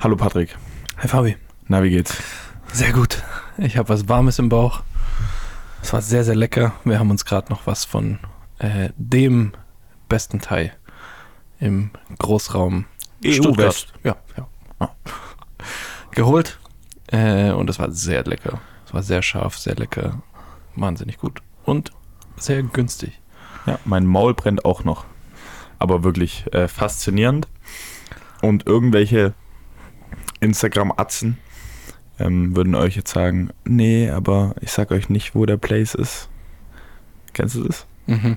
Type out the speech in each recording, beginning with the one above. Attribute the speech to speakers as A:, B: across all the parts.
A: Hallo Patrick,
B: Hi Fabi.
A: na wie geht's?
B: Sehr gut. Ich habe was Warmes im Bauch. Es war sehr, sehr lecker. Wir haben uns gerade noch was von äh, dem besten Thai im Großraum Stuttgart. Ja, ja. Geholt. Äh, und es war sehr lecker. Es war sehr scharf, sehr lecker. Wahnsinnig gut. Und sehr günstig.
A: Ja, mein Maul brennt auch noch. Aber wirklich äh, faszinierend. Und irgendwelche Instagram-Atzen ähm, würden euch jetzt sagen, nee, aber ich sag euch nicht, wo der Place ist. Kennst du das?
C: Mhm.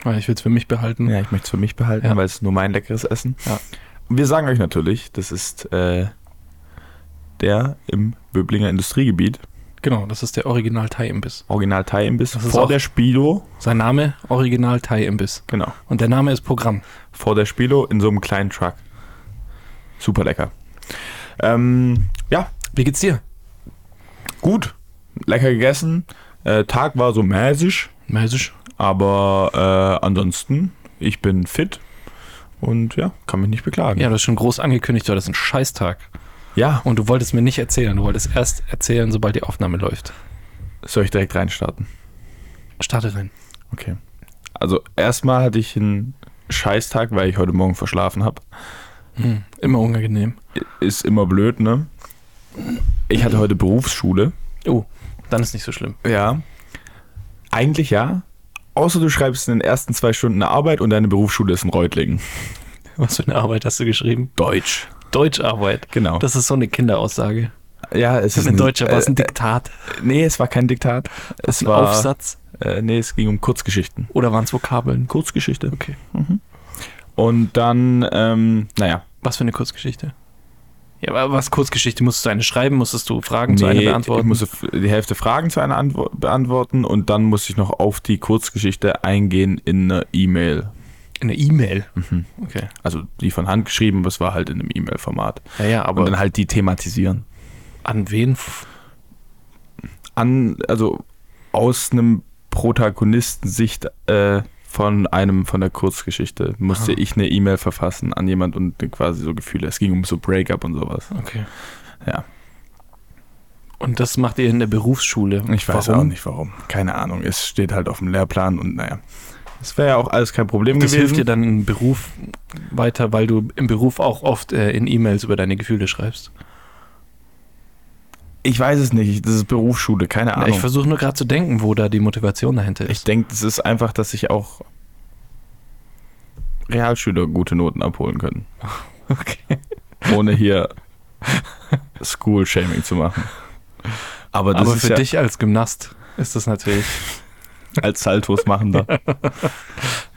B: Ah,
C: Weil ich will es für mich behalten.
A: Ja, ich möchte es für mich behalten,
C: Hm. Ja.
A: weil es ist nur mein leckeres Essen.
C: Ja.
A: Und wir sagen euch natürlich, das ist äh, der im Böblinger Industriegebiet.
C: Genau, das ist der Original Thai Imbiss.
A: Original Thai-Imbiss
C: Das ist
A: vor
C: auch-
A: der Spilo.
C: Sein Name Original Thai Imbiss
A: Genau.
C: und der Name ist Programm.
A: vor der Spilo in so einem kleinen Truck. Super lecker. Ähm, ja,
C: Wie geht's dir?
A: gut. Lecker gegessen. Äh, Tag war so mäßig,
C: Mäßig.
A: aber äh, ansonsten, ich bin fit und ja, kann mich nicht beklagen.
C: Ja, du hast schon groß angekündigt, du hattest einen Scheißtag
A: Ja,
C: und du wolltest mir nicht erzählen, du wolltest erst erzählen, sobald die Aufnahme läuft.
A: soll ich direkt reinstarten?
C: Starte rein.
A: Okay. Also erstmal hatte ich einen Scheißtag, weil ich heute Morgen verschlafen habe.
C: Hm, immer unangenehm.
A: Ist immer blöd, ne? Ich hatte heute Berufsschule.
C: Oh, dann ist nicht so schlimm.
A: Ja. Eigentlich ja. Außer du schreibst in den ersten zwei Stunden eine Arbeit und deine Berufsschule ist in Reutlingen.
C: Was für eine Arbeit hast du geschrieben?
A: Deutsch.
C: Deutscharbeit.
A: Genau.
C: Das ist so eine Kinderaussage.
A: ja, es
C: In Deutscher war es ein
A: äh,
C: Diktat,
A: Nee, es war kein Diktat. Es
C: ein
A: war
C: Aufsatz
A: Äh, nee, es ging um Kurzgeschichten.
C: oder waren es Vokabeln?
A: Kurzgeschichte.
C: Okay.
A: Und dann, ähm, naja,
C: Was für eine Kurzgeschichte? Ja, aber was Kurzgeschichte? Musstest du eine schreiben? Musstest du Fragen zu einer
A: nee,
C: beantworten?
A: ich musste f- die Hälfte Fragen zu einer Antwo beantworten und dann musste ich noch auf die Kurzgeschichte eingehen in einer E-Mail.
C: eine E-Mail.
A: Mhm.
C: Okay.
A: Also die von Hand geschrieben, aber es war halt in einem E-Mail-Format.
C: Ja, ja,
A: Und
C: aber
A: dann halt die thematisieren.
C: an wen? f-
A: an, also aus einem Protagonistensicht äh, von einem von der Kurzgeschichte musste
C: Ah.
A: ich eine E-Mail verfassen an jemand und quasi so Gefühle. Es ging um so Breakup und sowas.
C: Okay.
A: Ja.
C: Und das macht ihr in der Berufsschule.
A: Ich weiß
C: Warum?
A: auch nicht warum. Keine Ahnung. Es steht halt auf dem Lehrplan und naja. Es wäre ja auch alles kein Problem
C: Das hilft dir
A: gewesen.
C: dann im Beruf weiter, weil du im Beruf auch oft äh, in E-Mails über deine Gefühle schreibst.
A: Ich weiß es nicht. Das ist Berufsschule. Keine
C: Ja,
A: Ahnung.
C: ich versuche nur gerade zu denken, wo da die Motivation dahinter
A: Ich
C: ist.
A: denke, es ist einfach, dass sich auch Realschüler gute Noten abholen können.
C: Okay.
A: Ohne hier School-Shaming zu machen. Aber das
C: Aber
A: ist
C: für
A: ja
C: dich als Gymnast ist das natürlich.
A: als Saltos machen da.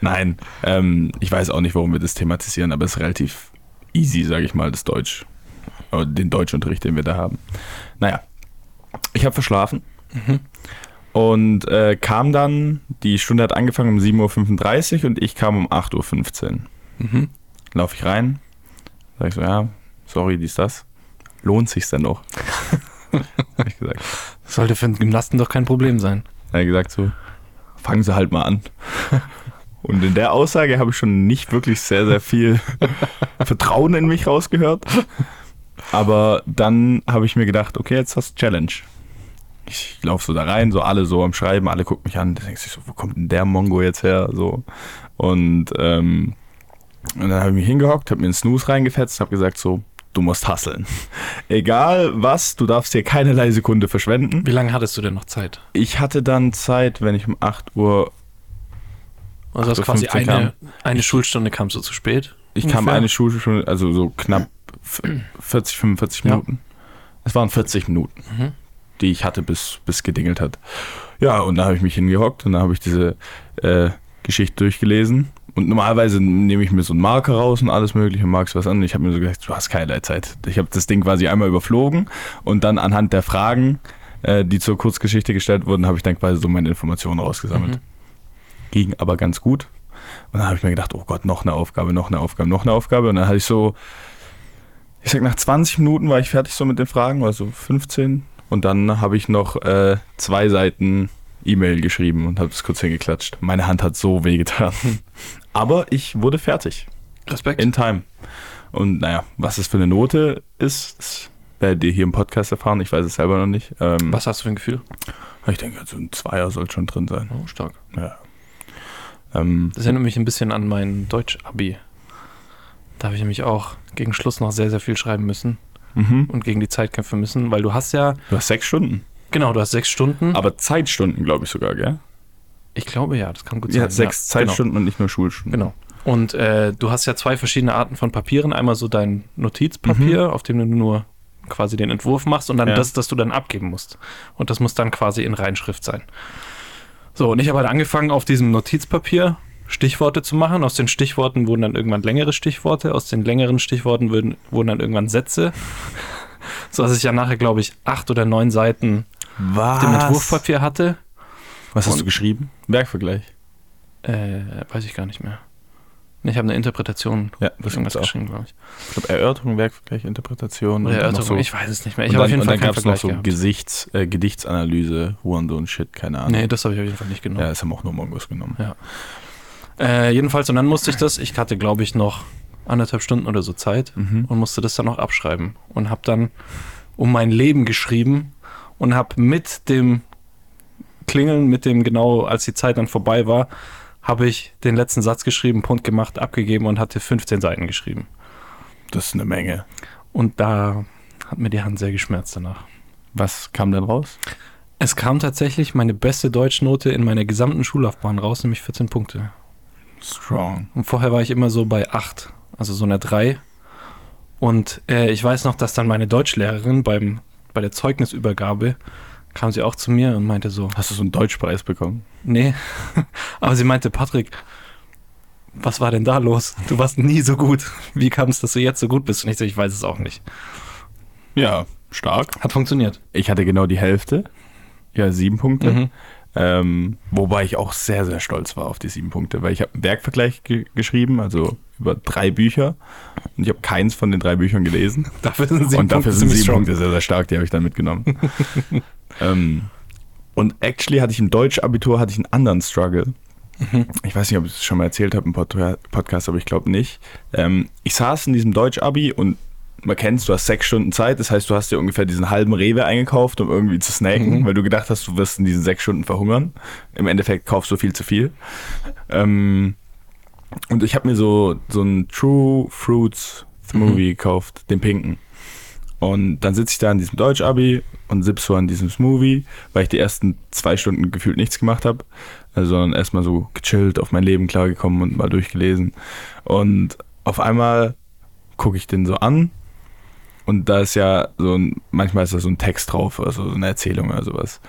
A: Nein, ähm, ich weiß auch nicht, warum wir das thematisieren, aber es ist relativ easy, sage ich mal, das Deutsch. Oder den Deutschunterricht, den wir da haben. Naja, ich habe verschlafen und äh, kam dann, die Stunde hat angefangen um 7.35 Uhr und ich kam um 8.15 Uhr.
C: Mhm.
A: Laufe ich rein, sage ich so, ja, sorry, dies, das. Lohnt sich's denn noch? hab ich gesagt.
C: Sollte für einen Gymnasten doch kein Problem sein.
A: Er hat gesagt so, fangen Sie halt mal an. Und in der Aussage habe ich schon nicht wirklich sehr, sehr viel Vertrauen in mich rausgehört. Aber dann habe ich mir gedacht, okay, jetzt hast du Challenge. Ich laufe so da rein, so alle so am Schreiben, alle gucken mich an. Da denkst du so, wo kommt denn der Mongo jetzt her? So. Und, ähm, und dann habe ich mich hingehockt, habe mir einen Snooze reingefetzt, habe gesagt so, du musst hasseln. Egal was, du darfst hier keinerlei Sekunde verschwenden.
C: Wie lange hattest du denn noch Zeit?
A: Ich hatte dann Zeit, wenn ich um 8 Uhr,
C: Also hast
A: So
C: quasi
A: 15
C: eine, eine Schulstunde kamst du zu spät.
A: ich kam
C: Ungefähr.
A: eine Schule schon, also so knapp f- 40, 45
C: Ja.
A: Minuten. Es waren 40 Minuten,
C: Mhm.
A: die ich hatte, bis bis gedingelt hat. Ja, und da habe ich mich hingehockt und da habe ich diese äh, Geschichte durchgelesen Und normalerweise nehme ich mir so einen Marker raus und alles mögliche, magst was an. Ich habe mir so gesagt, du hast keine Zeit. Ich habe das Ding quasi einmal überflogen und dann anhand der Fragen, äh, die zur Kurzgeschichte gestellt wurden, habe ich dann quasi so meine Informationen rausgesammelt.
C: Mhm.
A: Ging aber ganz gut. Und dann habe ich mir gedacht, oh Gott, noch eine Aufgabe, noch eine Aufgabe, noch eine Aufgabe. Und dann hatte ich so, ich sag, nach 20 Minuten war ich fertig so mit den Fragen, also 15. Und dann habe ich noch äh, zwei Seiten E-Mail geschrieben und habe das kurz hingeklatscht. Meine Hand hat so wehgetan. Aber ich wurde fertig.
B: Respekt.
A: In time. Und naja, was das für eine Note ist, das werdet ihr hier im Podcast erfahren. Ich weiß es selber noch nicht. Ähm,
C: Was hast du für ein Gefühl?
A: Ich denke, so ein Zweier soll schon drin sein.
C: Oh, stark.
A: Ähm,
C: Das erinnert mich ein bisschen an mein Deutsch-Abi. Da habe ich nämlich auch gegen Schluss noch sehr, sehr viel schreiben müssen
A: mhm.
C: und gegen die Zeit kämpfen müssen, weil du hast ja,
A: Du hast sechs Stunden.
C: genau, du hast sechs Stunden.
A: Aber Zeitstunden, glaube ich sogar, gell?
C: ich glaube ja, das kann gut sein.
A: Ja, sechs
C: genau.
A: Zeitstunden und nicht nur Schulstunden.
C: Genau. Und äh, du hast ja zwei verschiedene Arten von Papieren. Einmal so dein Notizpapier, auf dem du nur quasi den Entwurf machst und dann
A: Mhm. Ja.
C: das, das du dann abgeben musst. Und das muss dann quasi in Reinschrift sein. So, und ich habe halt angefangen, auf diesem Notizpapier Stichworte zu machen. Aus den Stichworten wurden dann irgendwann längere Stichworte. Aus den längeren Stichworten würden, wurden dann irgendwann Sätze. So dass ich ja nachher, glaube ich, acht oder neun Seiten
A: Was?
C: auf
A: Ah,
C: dem Entwurfpapier hatte.
A: Was hast du geschrieben? Werkvergleich.
C: Äh, weiß ich gar nicht mehr. Ich habe eine Interpretation
A: Ja, das
C: das
A: gibt's
C: irgendwas
A: auch.
C: geschrieben, glaube ich.
A: Ich glaube, Erörterung, Werkvergleich, Interpretation. und
C: Oder
A: noch
C: Erörterung,
A: so.
C: ich weiß es nicht mehr. Ich
A: und
C: habe
A: dann,
C: auf jeden
A: und
C: Fall
A: dann
C: keinen
A: gab es noch
C: Vergleich
A: so
C: gehabt.
A: Gesichts, äh, Gedichtsanalyse, Huan so ein Shit, keine Ahnung.
C: Nee, das habe ich auf jeden Fall nicht genommen.
A: Ja, es haben auch nur Mongos genommen.
C: Äh, jedenfalls, und dann musste ich das, ich hatte glaube ich noch anderthalb Stunden oder so Zeit
A: Mhm.
C: und musste das dann noch abschreiben und habe dann um mein Leben geschrieben und habe mit dem Klingeln, mit dem genau, als die Zeit dann vorbei war, habe ich den letzten Satz geschrieben, Punkt gemacht, abgegeben und hatte 15 Seiten geschrieben.
A: Das ist eine Menge.
C: Und da hat mir die Hand sehr geschmerzt danach.
A: Was kam dann raus?
C: Es kam tatsächlich meine beste Deutschnote in meiner gesamten Schullaufbahn raus, nämlich 14 Punkte.
A: Strong.
C: Und vorher war ich immer so bei 8, also so einer 3. Und äh, ich weiß noch, dass dann meine Deutschlehrerin beim, bei der Zeugnisübergabe kam sie auch zu mir und meinte so,
A: Hast du so einen Deutschpreis bekommen?
C: nee, aber sie meinte, Patrick, was war denn da los? Du warst nie so gut. Wie kam es, dass du jetzt so gut bist? Und ich so, ich weiß es auch nicht.
A: Ja, stark.
C: Hat funktioniert.
A: Ich hatte genau die Hälfte. Ja, sieben Punkte.
C: Mhm.
A: Ähm, wobei ich auch sehr, sehr stolz war auf die sieben Punkte, weil ich habe einen Werkvergleich ge geschrieben, also über drei Bücher. Und ich habe keins von den drei Büchern gelesen.
C: Dafür sind sieben
A: und dafür
C: Punkte
A: sind
C: ziemlich
A: sieben
C: strong.
A: Punkte sehr, sehr stark, die habe ich dann mitgenommen. ähm, und actually hatte ich im Deutsch-Abitur hatte ich einen anderen Struggle.
C: Mhm.
A: Ich weiß nicht, ob ich es schon mal erzählt habe im Pod Podcast, aber ich glaube nicht. Ähm, ich saß in diesem Deutsch-Abi und man kennt du hast sechs Stunden Zeit. Das heißt, du hast dir ungefähr diesen halben Rewe eingekauft, um irgendwie zu
C: Mhm.
A: snacken, weil du gedacht hast, du wirst in diesen sechs Stunden verhungern. Im Endeffekt kaufst du viel zu viel. Ähm, und ich habe mir so, so einen True Fruits
C: Mhm.
A: Smoothie gekauft, den pinken. Und dann sitze ich da in diesem Deutsch-Abi und sipp so an diesem Smoothie, weil ich die ersten zwei Stunden gefühlt nichts gemacht habe, äh, sondern erstmal so gechillt auf mein Leben klargekommen und mal durchgelesen. Und auf einmal gucke ich den so an und da ist ja so ein, manchmal ist da so ein Text drauf, also so eine Erzählung oder sowas.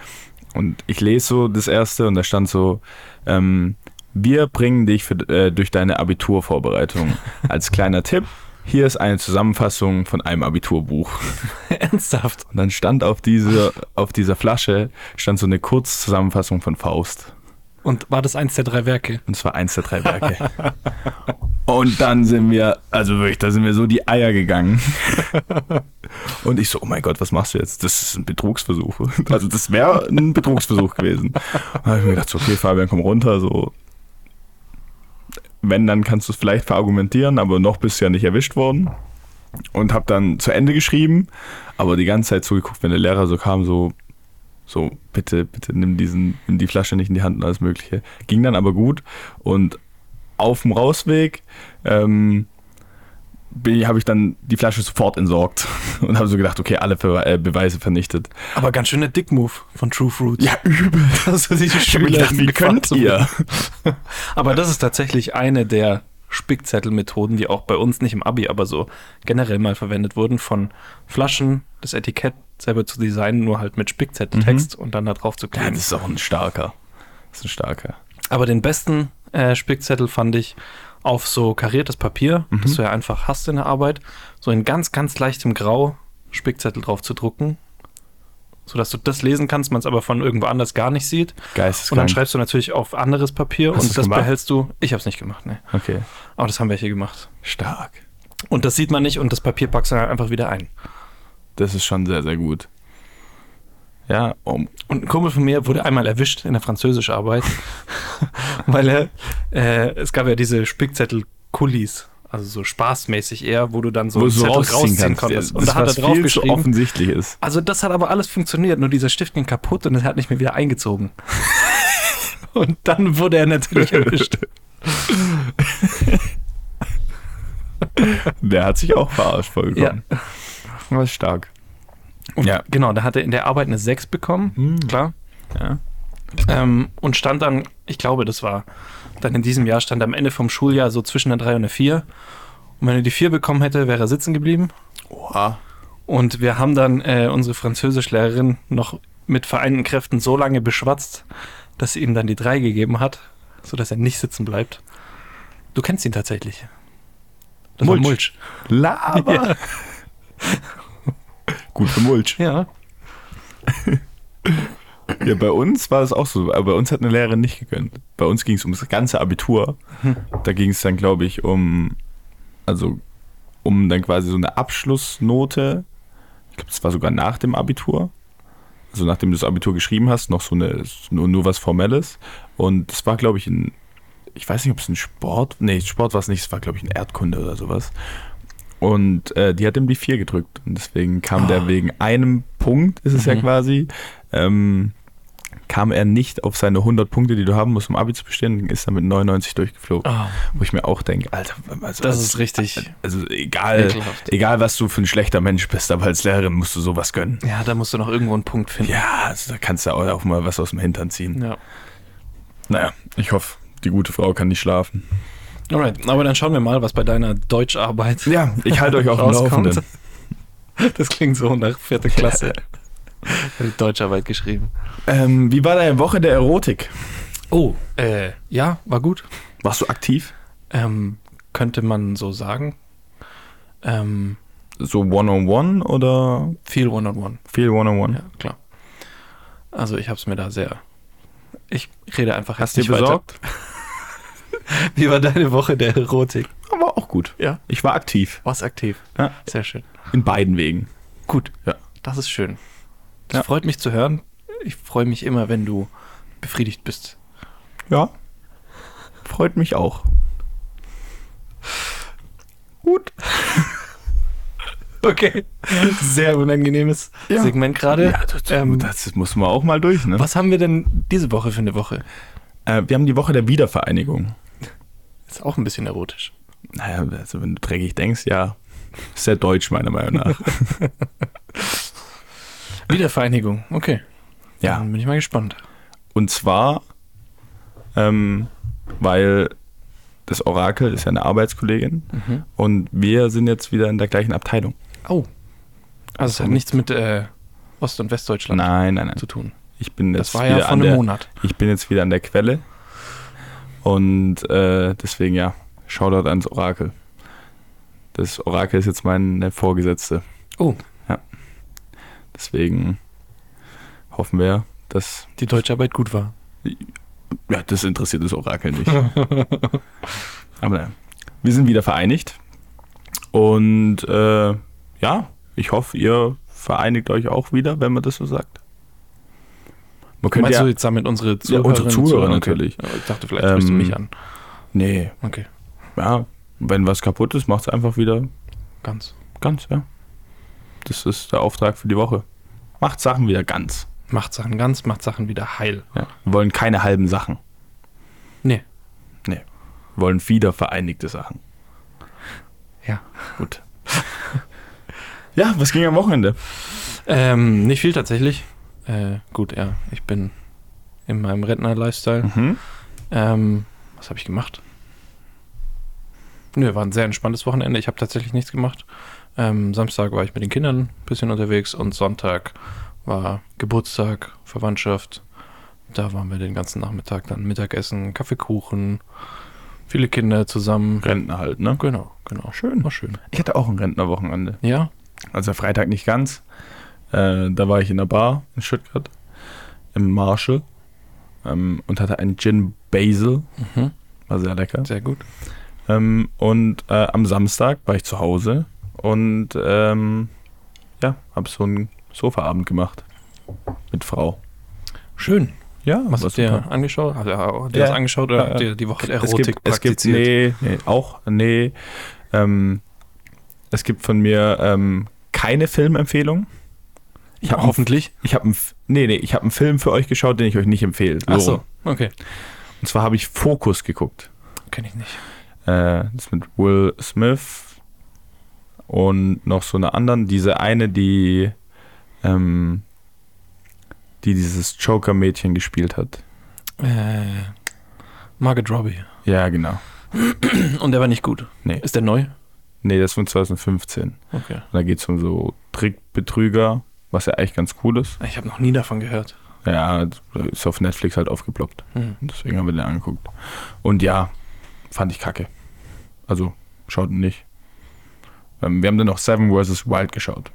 A: Und ich lese so das erste und da stand so, ähm, wir bringen dich für, äh, durch deine Abiturvorbereitung. Als kleiner Tipp, hier ist eine Zusammenfassung von einem Abiturbuch.
C: Ernsthaft.
A: Und dann stand auf dieser, auf dieser Flasche stand so eine Kurzzusammenfassung von Faust.
C: Und war das eins der drei Werke?
A: Und zwar eins der drei Werke. Und dann sind wir, also wirklich, da sind wir so die Eier gegangen. Und ich so, oh mein Gott, was machst du jetzt? Das ist ein Betrugsversuch. Also das wäre ein Betrugsversuch gewesen. Da habe ich mir gedacht, so, okay, Fabian, komm runter, so. Wenn, dann kannst du es vielleicht verargumentieren, aber noch bist du ja nicht erwischt worden. Und habe dann zu Ende geschrieben, aber die ganze Zeit zugeguckt, wenn der Lehrer so kam, so, so, bitte, bitte nimm diesen, nimm die Flasche nicht in die Hand und alles Mögliche. Ging dann aber gut und auf dem Rausweg ähm, habe ich dann die Flasche sofort entsorgt und habe so gedacht, okay, alle Ver äh, Beweise vernichtet.
C: Aber ganz schön der Dick-Move von True Fruits.
A: Ja, übel.
C: dass du diese
A: Ich hab mir
C: Schüler
A: gedacht, wie könnt ihr?
C: Aber das ist tatsächlich eine der Spickzettelmethoden, die auch bei uns nicht im Abi, aber so generell mal verwendet wurden, von Flaschen, das Etikett selber zu designen, nur halt mit Spickzetteltext und dann da drauf zu
A: Mhm. Ja,
C: kleben.
A: das ist auch ein starker. Das ist ein starker.
C: aber den besten äh, Spickzettel fand ich auf so kariertes Papier,
A: Mhm.
C: das du ja einfach hast in der Arbeit, so in ganz, ganz leichtem Grau Spickzettel drauf zu drucken, sodass du das lesen kannst, man es aber von irgendwo anders gar nicht sieht. Und dann
A: Geisteskrank.
C: schreibst du natürlich auf anderes Papier
A: Hast du's
C: und das
A: gemacht?
C: behältst du. Ich habe es nicht gemacht, ne.
A: Okay.
C: Aber das haben welche gemacht.
A: Stark.
C: Und das sieht man nicht und das Papier packst du dann einfach wieder ein.
A: Das ist schon sehr, sehr gut. Ja, um,
C: Und ein Kumpel von mir wurde einmal erwischt in der Französischarbeit, weil er, äh, es gab ja diese Spickzettel-Kulis, also so spaßmäßig eher, wo du dann so
A: wo du
C: einen
A: so
C: Zettel
A: rausziehen, kannst.
C: konntest.
A: Ja,
C: Und da hat
A: was
C: er
A: viel zu
C: draufgeschrieben.
A: offensichtlich ist.
C: Also das hat aber alles funktioniert, nur dieser Stift ging kaputt und er hat nicht mehr wieder eingezogen. und dann wurde er natürlich erwischt.
A: Der hat sich auch verarscht vorgekommen. Ja. Das ist stark.
C: Und
A: Ja.
C: Genau, da hat er in der Arbeit eine 6 bekommen, klar.
A: Ja.
C: Ähm, und stand dann, ich glaube, das war dann in diesem Jahr, stand am Ende vom Schuljahr so zwischen der 3 und der 4. Und wenn er die 4 bekommen hätte, wäre er sitzen geblieben.
A: Oha.
C: Und wir haben dann äh, unsere Französischlehrerin noch mit vereinten Kräften so lange beschwatzt, dass sie ihm dann die 3 gegeben hat, sodass er nicht sitzen bleibt. Du kennst ihn tatsächlich. Das war
A: Mulch. Lava.
C: Ja.
A: Gut für Mulch.
C: Ja.
A: Ja, bei uns war es auch so. Aber bei uns hat eine Lehrerin nicht gegönnt. Bei uns ging es ums ganze Abitur. Da ging es dann, glaube ich, um, also um dann quasi so eine Abschlussnote. Ich glaube, das war sogar nach dem Abitur. Also nachdem du das Abitur geschrieben hast, noch so eine, nur, nur was Formelles. Und das war, glaube ich, ein, ich weiß nicht, ob es ein Sport, nee, Sport war es nicht, es war, glaube ich, ein Erdkunde oder sowas. Und äh, die hat ihm die 4 gedrückt. Und deswegen kam der wegen einem Punkt, ist es ja
C: Ah. Mhm.
A: quasi, ähm, kam er nicht auf seine 100 Punkte, die du haben musst, um Abi zu bestehen, und ist dann mit 99 durchgeflogen wo ich mir auch denke, Alter, also,
C: Ah. das ist richtig.
A: also egal,
C: ekelhaft.
A: egal, was du für ein schlechter Mensch bist, aber als Lehrerin musst du sowas gönnen.
C: Ja, da musst du noch irgendwo einen Punkt finden.
A: Ja, also da kannst du auch auch mal was aus dem Hintern ziehen.
C: Ja.
A: Naja, ich hoffe, die gute Frau kann nicht schlafen.
C: Alright, aber dann schauen wir mal, was bei deiner Deutscharbeit
A: Ja, ich halte euch auf dem
C: rauskommt.
A: Laufenden.
C: Das klingt so nach vierte Klasse. Die Deutscharbeit geschrieben.
A: Ähm, wie war deine Woche der Erotik?
C: Oh, äh, ja, war gut.
A: Warst du aktiv?
C: Ähm, könnte man so sagen. Ähm,
A: So One-on-One oder
C: viel One-on-One.
A: viel One-on-One?
C: Ja, klar. Also ich habe es mir da sehr. Ich rede einfach
A: Hast du
C: jetzt
A: dir
C: nicht
A: besorgt?
C: Weiter. Wie war deine Woche der Erotik?
A: War auch gut.
C: Ja.
A: Ich war aktiv.
C: Warst aktiv.
A: Ja.
C: Sehr schön.
A: In beiden Wegen.
C: Gut.
A: Ja.
C: Das ist schön. Das
A: Ja.
C: freut mich zu hören. Ich freue mich immer, wenn du befriedigt bist.
A: Ja. Freut mich auch. Gut.
C: Okay. Sehr unangenehmes
A: Ja.
C: Segment gerade.
A: Ja, das,
C: Ähm,
A: das muss man auch mal durch. Ne?
C: was haben wir denn diese Woche für eine Woche?
A: Äh, wir haben die Woche der Wiedervereinigung.
C: Ist auch ein bisschen erotisch.
A: Naja, also wenn du dreckig denkst, ja. Ist sehr deutsch, meiner Meinung nach.
C: Wiedervereinigung, okay.
A: ja.
C: Dann bin ich mal gespannt.
A: Und zwar, ähm, weil das Orakel ist ja eine Arbeitskollegin
C: Mhm.
A: und wir sind jetzt wieder in der gleichen Abteilung.
C: Oh. Also es hat
A: Somit-
C: nichts mit äh, Ost- und Westdeutschland
A: Nein, nein, nein.
C: zu tun.
A: Ich bin jetzt
C: Das war ja
A: wieder
C: vor
A: an
C: einem
A: der,
C: Monat.
A: Ich bin jetzt wieder an der Quelle. Und äh, deswegen ja, Shoutout ans Orakel. Das Orakel ist jetzt meine Vorgesetzte.
C: Oh.
A: Ja. Deswegen hoffen wir, dass.
C: Die Deutscharbeit gut war.
A: Ja, das interessiert das Orakel nicht. Aber naja, wir sind wieder vereinigt. Und äh, ja, ich hoffe, ihr vereinigt euch auch wieder, wenn man das so sagt. Man könnte
C: Meinst
A: ja,
C: du jetzt damit unsere
A: Ja,
C: Zuhörer?
A: unsere Zuhörer natürlich.
C: Ich dachte, vielleicht sprichst du
A: Ähm,
C: mich an.
A: Nee,
C: Okay,
A: ja, wenn was kaputt ist, macht es einfach wieder
C: ganz.
A: ganz, ja. Das ist der Auftrag für die Woche. Macht Sachen wieder ganz.
C: Macht Sachen ganz, macht Sachen wieder heil.
A: Ja. Wir wollen keine halben Sachen.
C: Nee.
A: Nee. Wir wollen wieder vereinigte Sachen.
C: Ja.
A: Gut. ja, was ging am Wochenende?
C: Ähm, nicht viel tatsächlich. Äh, gut, ja, ich bin in meinem Rentner-Lifestyle.
A: Mhm.
C: Ähm, was habe ich gemacht? Nö, war ein sehr entspanntes Wochenende. Ich habe tatsächlich nichts gemacht. Ähm, Samstag war ich mit den Kindern ein bisschen unterwegs und Sonntag war Geburtstag, Verwandtschaft, Da waren wir den ganzen Nachmittag dann. Mittagessen, Kaffeekuchen, viele Kinder zusammen.
A: Rentner halt, ne?
C: Genau, genau.
A: Schön.
C: War schön.
A: Ich hatte auch ein Rentnerwochenende.
C: Ja,
A: Also Freitag nicht ganz. Äh, da war ich in der Bar in Stuttgart, im Marshall ähm, und hatte einen Gin Basil.
C: Mhm.
A: War sehr lecker.
C: sehr gut.
A: Ähm, und äh, am Samstag war ich zu Hause und ähm, ja, habe so einen Sofaabend gemacht mit Frau.
C: Schön.
A: Ja,
C: Was
A: war
C: habt ihr
A: super.
C: angeschaut? Habt ihr, habt ihr
A: Ja.
C: das angeschaut oder
A: Ja,
C: habt
A: ja.
C: ihr die Woche
A: es
C: Erotik
A: gibt, es gibt, nee, nee, auch, nee. Ähm, es gibt von mir ähm, keine Filmempfehlung. Ich habe
C: Hoffentlich.
A: Ich habe einen, F- nee, nee, ich habe einen Film für euch geschaut, den ich euch nicht empfehle. So.
C: okay.
A: Und zwar habe ich Focus geguckt.
C: Kenne ich nicht.
A: Äh, das mit Will Smith und noch so einer anderen. Diese eine, die, ähm, die dieses Joker-Mädchen gespielt hat.
C: Äh, Margaret Robbie.
A: Ja, genau.
C: Und der war nicht gut.
A: Nee.
C: Ist der neu?
A: Nee, das ist von 2015.
C: Okay.
A: Und da geht es um so Trickbetrüger, was ja eigentlich ganz cool ist.
C: Ich habe noch nie davon gehört.
A: Ja, ist auf Netflix halt aufgeploppt.
C: Hm.
A: Und deswegen haben wir den angeguckt. Und ja, fand ich kacke. Also, schaut ihn nicht. Ähm, wir haben dann noch Seven vs. Wild geschaut.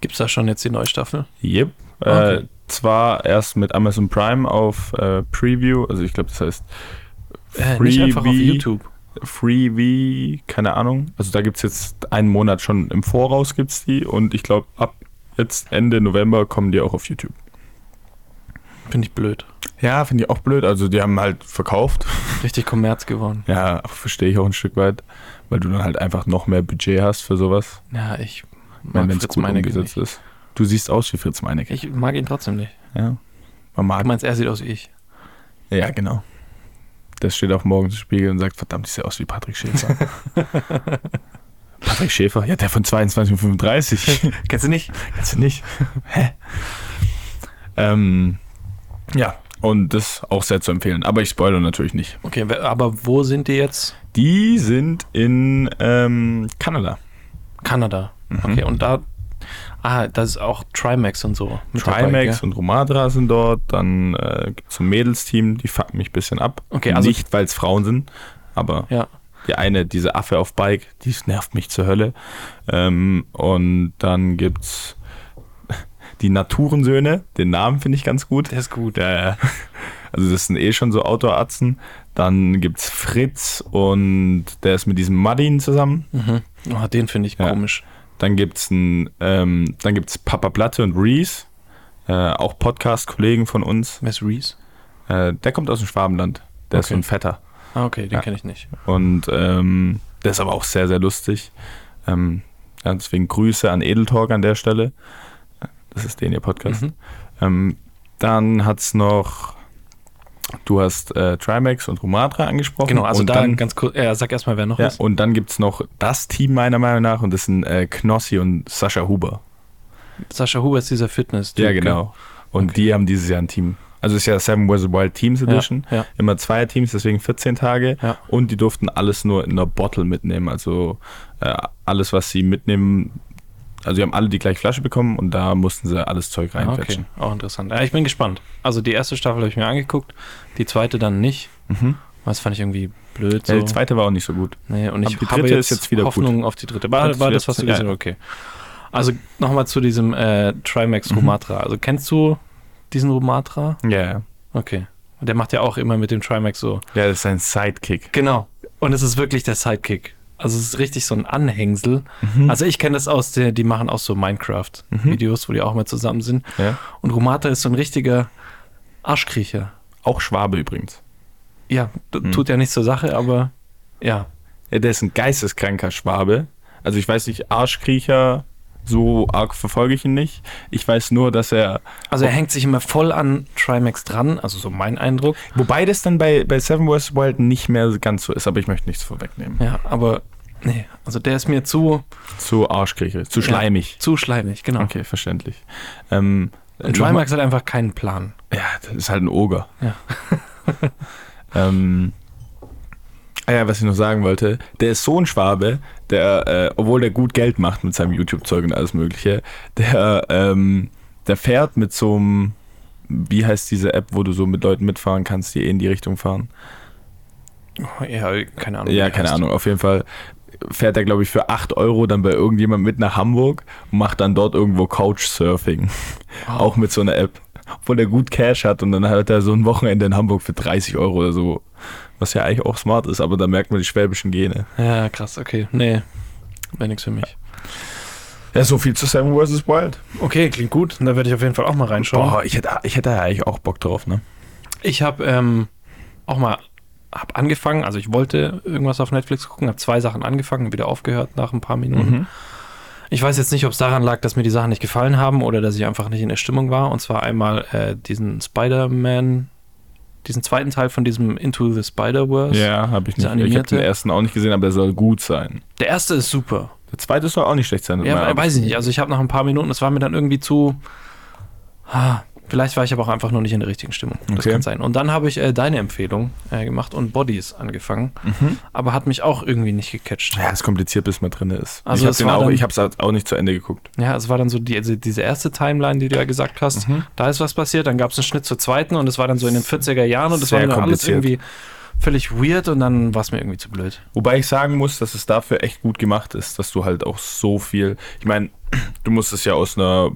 C: Gibt's da schon jetzt die neue Staffel?
A: Yep. Äh,
C: Okay.
A: zwar erst mit Amazon Prime auf äh, Preview, also ich glaube, das heißt
C: Äh, nicht einfach auf
A: Freebie.
C: YouTube.
A: Freebie, keine Ahnung. Also da gibt es jetzt einen Monat schon im Voraus gibt's die und ich glaube, ab jetzt Ende November kommen die auch auf YouTube.
C: Finde ich blöd.
A: Ja, finde ich auch blöd. Also die haben halt verkauft.
C: Richtig Kommerz geworden.
A: Ja, verstehe ich auch ein Stück weit, weil du dann halt einfach noch mehr Budget hast für sowas.
C: Ja, ich mag
A: wenn es
C: Fritz
A: gut
C: Meinecke
A: umgesetzt
C: nicht.
A: ist. Du siehst aus wie Fritz Meinecke.
C: Ich mag ihn trotzdem nicht.
A: ja. Man
C: Du
A: mag.
C: meinst, er sieht aus wie ich.
A: ja, genau. Das steht auf morgens im Spiegel und sagt, verdammt, ich sehe aus wie Patrick Schäfer. Patrick Schäfer? Ja, der von 22 und 35.
C: Kennst du nicht?
A: Kennst du nicht? Hä? Ähm, ja, und das auch sehr zu empfehlen. Aber ich spoilere natürlich nicht.
C: Okay, wer- aber wo sind die jetzt?
A: Die sind in ähm, Kanada.
C: Kanada.
A: Mhm.
C: Okay, und da. Ah, das ist auch Trimax und so.
A: Trimax
C: Dabei,
A: und Romadra sind dort, dann äh, gibt es ein Mädelsteam, die fucken mich ein bisschen ab.
C: Okay, also-
A: Nicht, weil es Frauen sind, aber
C: gell? ja.
A: die eine, diese Affe auf Bike, die nervt mich zur Hölle. Ähm, und dann gibt's die Naturensöhne, den Namen finde ich ganz gut.
C: Der ist gut.
A: Ja, ja. Also das sind eh schon so Outdoor-Atzen. Dann gibt's Fritz und der ist mit diesem Muddin zusammen.
C: Mhm. Oh, den finde ich
A: Ja.
C: komisch.
A: Dann gibt es ähm, dann gibt's Papa Platte und Reese, äh, auch Podcast-Kollegen von uns.
C: Wer ist Reese?
A: Äh, der kommt aus dem Schwabenland. Der ist
C: Okay.
A: so ein Vetter.
C: Ah, okay, den
A: Ja.
C: kenne ich nicht.
A: Und ähm, der ist aber auch sehr, sehr lustig. Ähm, ja, deswegen Grüße an Edeltalk an der Stelle. Das ist den ihr Podcast.
C: Mhm.
A: Ähm, dann hat es noch, du hast äh, Trimax und Romatra angesprochen.
C: Genau, also
A: und
C: da
A: dann,
C: ganz kurz. Ja, sag erstmal, wer noch
A: ja,
C: ist.
A: und dann gibt es noch das Team meiner Meinung nach und das sind äh, Knossi und Sascha Huber.
C: Sascha Huber ist dieser fitness
A: Ja, genau. Und die haben dieses Jahr ein Team. Also es ist ja Seven Wars Wild Teams
C: Ja,
A: Edition.
C: ja.
A: Immer zwei Teams, deswegen 14 Tage.
C: Ja.
A: Und die durften alles nur in einer Bottle mitnehmen. Also äh, alles, was sie mitnehmen. Also die haben alle die gleiche Flasche bekommen und da mussten sie alles Zeug
C: Ah, Okay,
A: reinquetschen.
C: auch interessant. Ja, ich bin gespannt. Also die erste Staffel habe ich mir angeguckt, die zweite dann nicht.
A: Mhm.
C: Das fand ich irgendwie blöd. So.
A: Ja, die zweite war auch nicht so gut.
C: Nee, und
A: Aber
C: ich
A: die
C: habe
A: dritte
C: jetzt,
A: ist jetzt wieder gut.
C: Hoffnung auf die dritte.
A: Und
C: War,
A: es
C: war
A: wird-
C: das, was du
A: ja.
C: gesehen hast? Okay. Also nochmal zu diesem äh, Trimax
A: Mhm.
C: Rumatra. Also kennst du diesen Rumatra?
A: Ja, ja.
C: Okay. Und Der macht ja auch immer mit dem Trimax so.
A: Ja, das ist ein Sidekick.
C: Genau. Und es ist wirklich der Sidekick. Also es ist richtig so ein Anhängsel.
A: Mhm.
C: Also ich kenne das aus der, die machen auch so Minecraft-Videos, wo die auch mal zusammen sind.
A: Ja.
C: Und Romata ist so ein richtiger Arschkriecher.
A: Auch Schwabe übrigens.
C: Ja, d- tut ja nichts zur Sache, aber ja.
A: Ja, der ist ein geisteskranker Schwabe. Also ich weiß nicht, Arschkriecher, so arg verfolge ich ihn nicht. Ich weiß nur, dass er
C: Also er hängt sich immer voll an Trimax dran, also so mein Eindruck.
A: Wobei das dann bei, bei Seven Wars Wild nicht mehr ganz so ist, aber ich möchte nichts vorwegnehmen.
C: Ja, aber nee, also der ist mir zu,
A: Zu Arschkrieche, zu schleimig.
C: zu schleimig, genau.
A: Okay, verständlich. Ähm,
C: Und
A: nochmal-
C: Trimax hat einfach keinen Plan.
A: Ja, das ist halt ein Oger.
C: Ja.
A: ähm, ah ja, was ich noch sagen wollte, der ist so ein Schwabe, der, äh, obwohl der gut Geld macht mit seinem YouTube-Zeug und alles Mögliche, der, ähm, der fährt mit so einem wie heißt diese App, wo du so mit Leuten mitfahren kannst, die eh in die Richtung fahren?
C: Oh, Ja, keine Ahnung.
A: Ja, keine Ahnung. Auf jeden Fall fährt er, glaube ich, für 8 Euro dann bei irgendjemand mit nach Hamburg und macht dann dort irgendwo Couchsurfing. Auch mit so einer App. Obwohl er gut Cash hat und dann hat er so ein Wochenende in Hamburg für 30 Euro oder so. Was ja eigentlich auch smart ist, aber da merkt man die schwäbischen Gene.
C: Ja, krass, okay. Nee, wäre nichts für mich.
A: Ja, so viel zu Seven vs. Wild.
C: Okay, klingt gut. Da werde ich auf jeden Fall auch mal reinschauen.
A: Boah, ich hätte, ich hätte ja eigentlich auch Bock drauf, ne?
C: Ich habe ähm, auch mal hab angefangen, also ich wollte irgendwas auf Netflix gucken, habe zwei Sachen angefangen, wieder aufgehört nach ein paar Minuten. Ich weiß jetzt nicht, ob es daran lag, dass mir die Sachen nicht gefallen haben oder dass ich einfach nicht in der Stimmung war. Und zwar einmal äh, diesen Spider-Man, diesen zweiten Teil von diesem Into the Spider-Verse.
A: Ja, habe ich nicht. Ich
C: Diese
A: habe den
C: animierte?
A: ersten auch nicht gesehen, aber der soll gut sein.
C: Der erste ist super.
A: Der zweite soll auch nicht schlecht sein.
C: Ja, we- weiß ich nicht. Also ich habe nach ein paar Minuten, es war mir dann irgendwie zu. Ah, vielleicht war ich aber auch einfach noch nicht in der richtigen Stimmung. Das
A: Okay.
C: kann sein. Und dann habe ich äh, deine Empfehlung äh, gemacht und Bodies angefangen,
A: Mhm.
C: aber hat mich auch irgendwie nicht gecatcht.
A: Ja, ist kompliziert, bis man drin ist.
C: Also
A: ich
C: es
A: habe
C: war
A: auch,
C: dann-
A: ich hab's auch nicht zu Ende geguckt.
C: Ja, es war dann so die, also diese erste Timeline, die du ja gesagt hast. Da ist was passiert, dann gab es einen Schnitt zur zweiten und es war dann so in den 40er Jahren und es war
A: Mhm. Sehr
C: mir dann alles
A: kompliziert.
C: irgendwie völlig weird und dann war es mir irgendwie zu blöd.
A: Wobei ich sagen muss, dass es dafür echt gut gemacht ist, dass du halt auch so viel. Ich meine, du musst es ja aus einer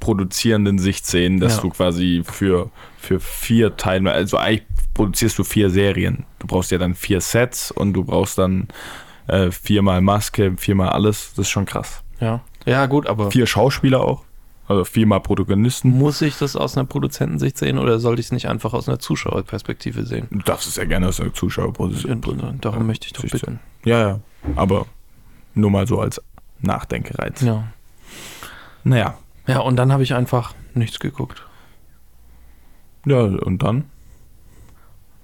A: produzierenden Sicht sehen, dass
C: Ja.
A: du quasi für, für vier Teile, also eigentlich produzierst du vier Serien. Du brauchst ja dann vier Sets und du brauchst dann äh, viermal Maske, viermal alles. Das ist schon krass.
C: Ja. Ja, gut, aber
A: Vier Schauspieler auch, also viermal Protagonisten.
C: muss ich das aus einer Produzentensicht sehen oder sollte ich es nicht einfach aus einer Zuschauerperspektive sehen?
A: Du darfst es ja gerne aus einer Zuschauerposition.
C: Darum möchte ich doch
A: Siehst du.
C: bitten.
A: Ja, ja. Aber nur mal so als Nachdenkereiz.
C: Ja.
A: Naja.
C: Ja, und dann habe ich einfach nichts geguckt.
A: Ja, und dann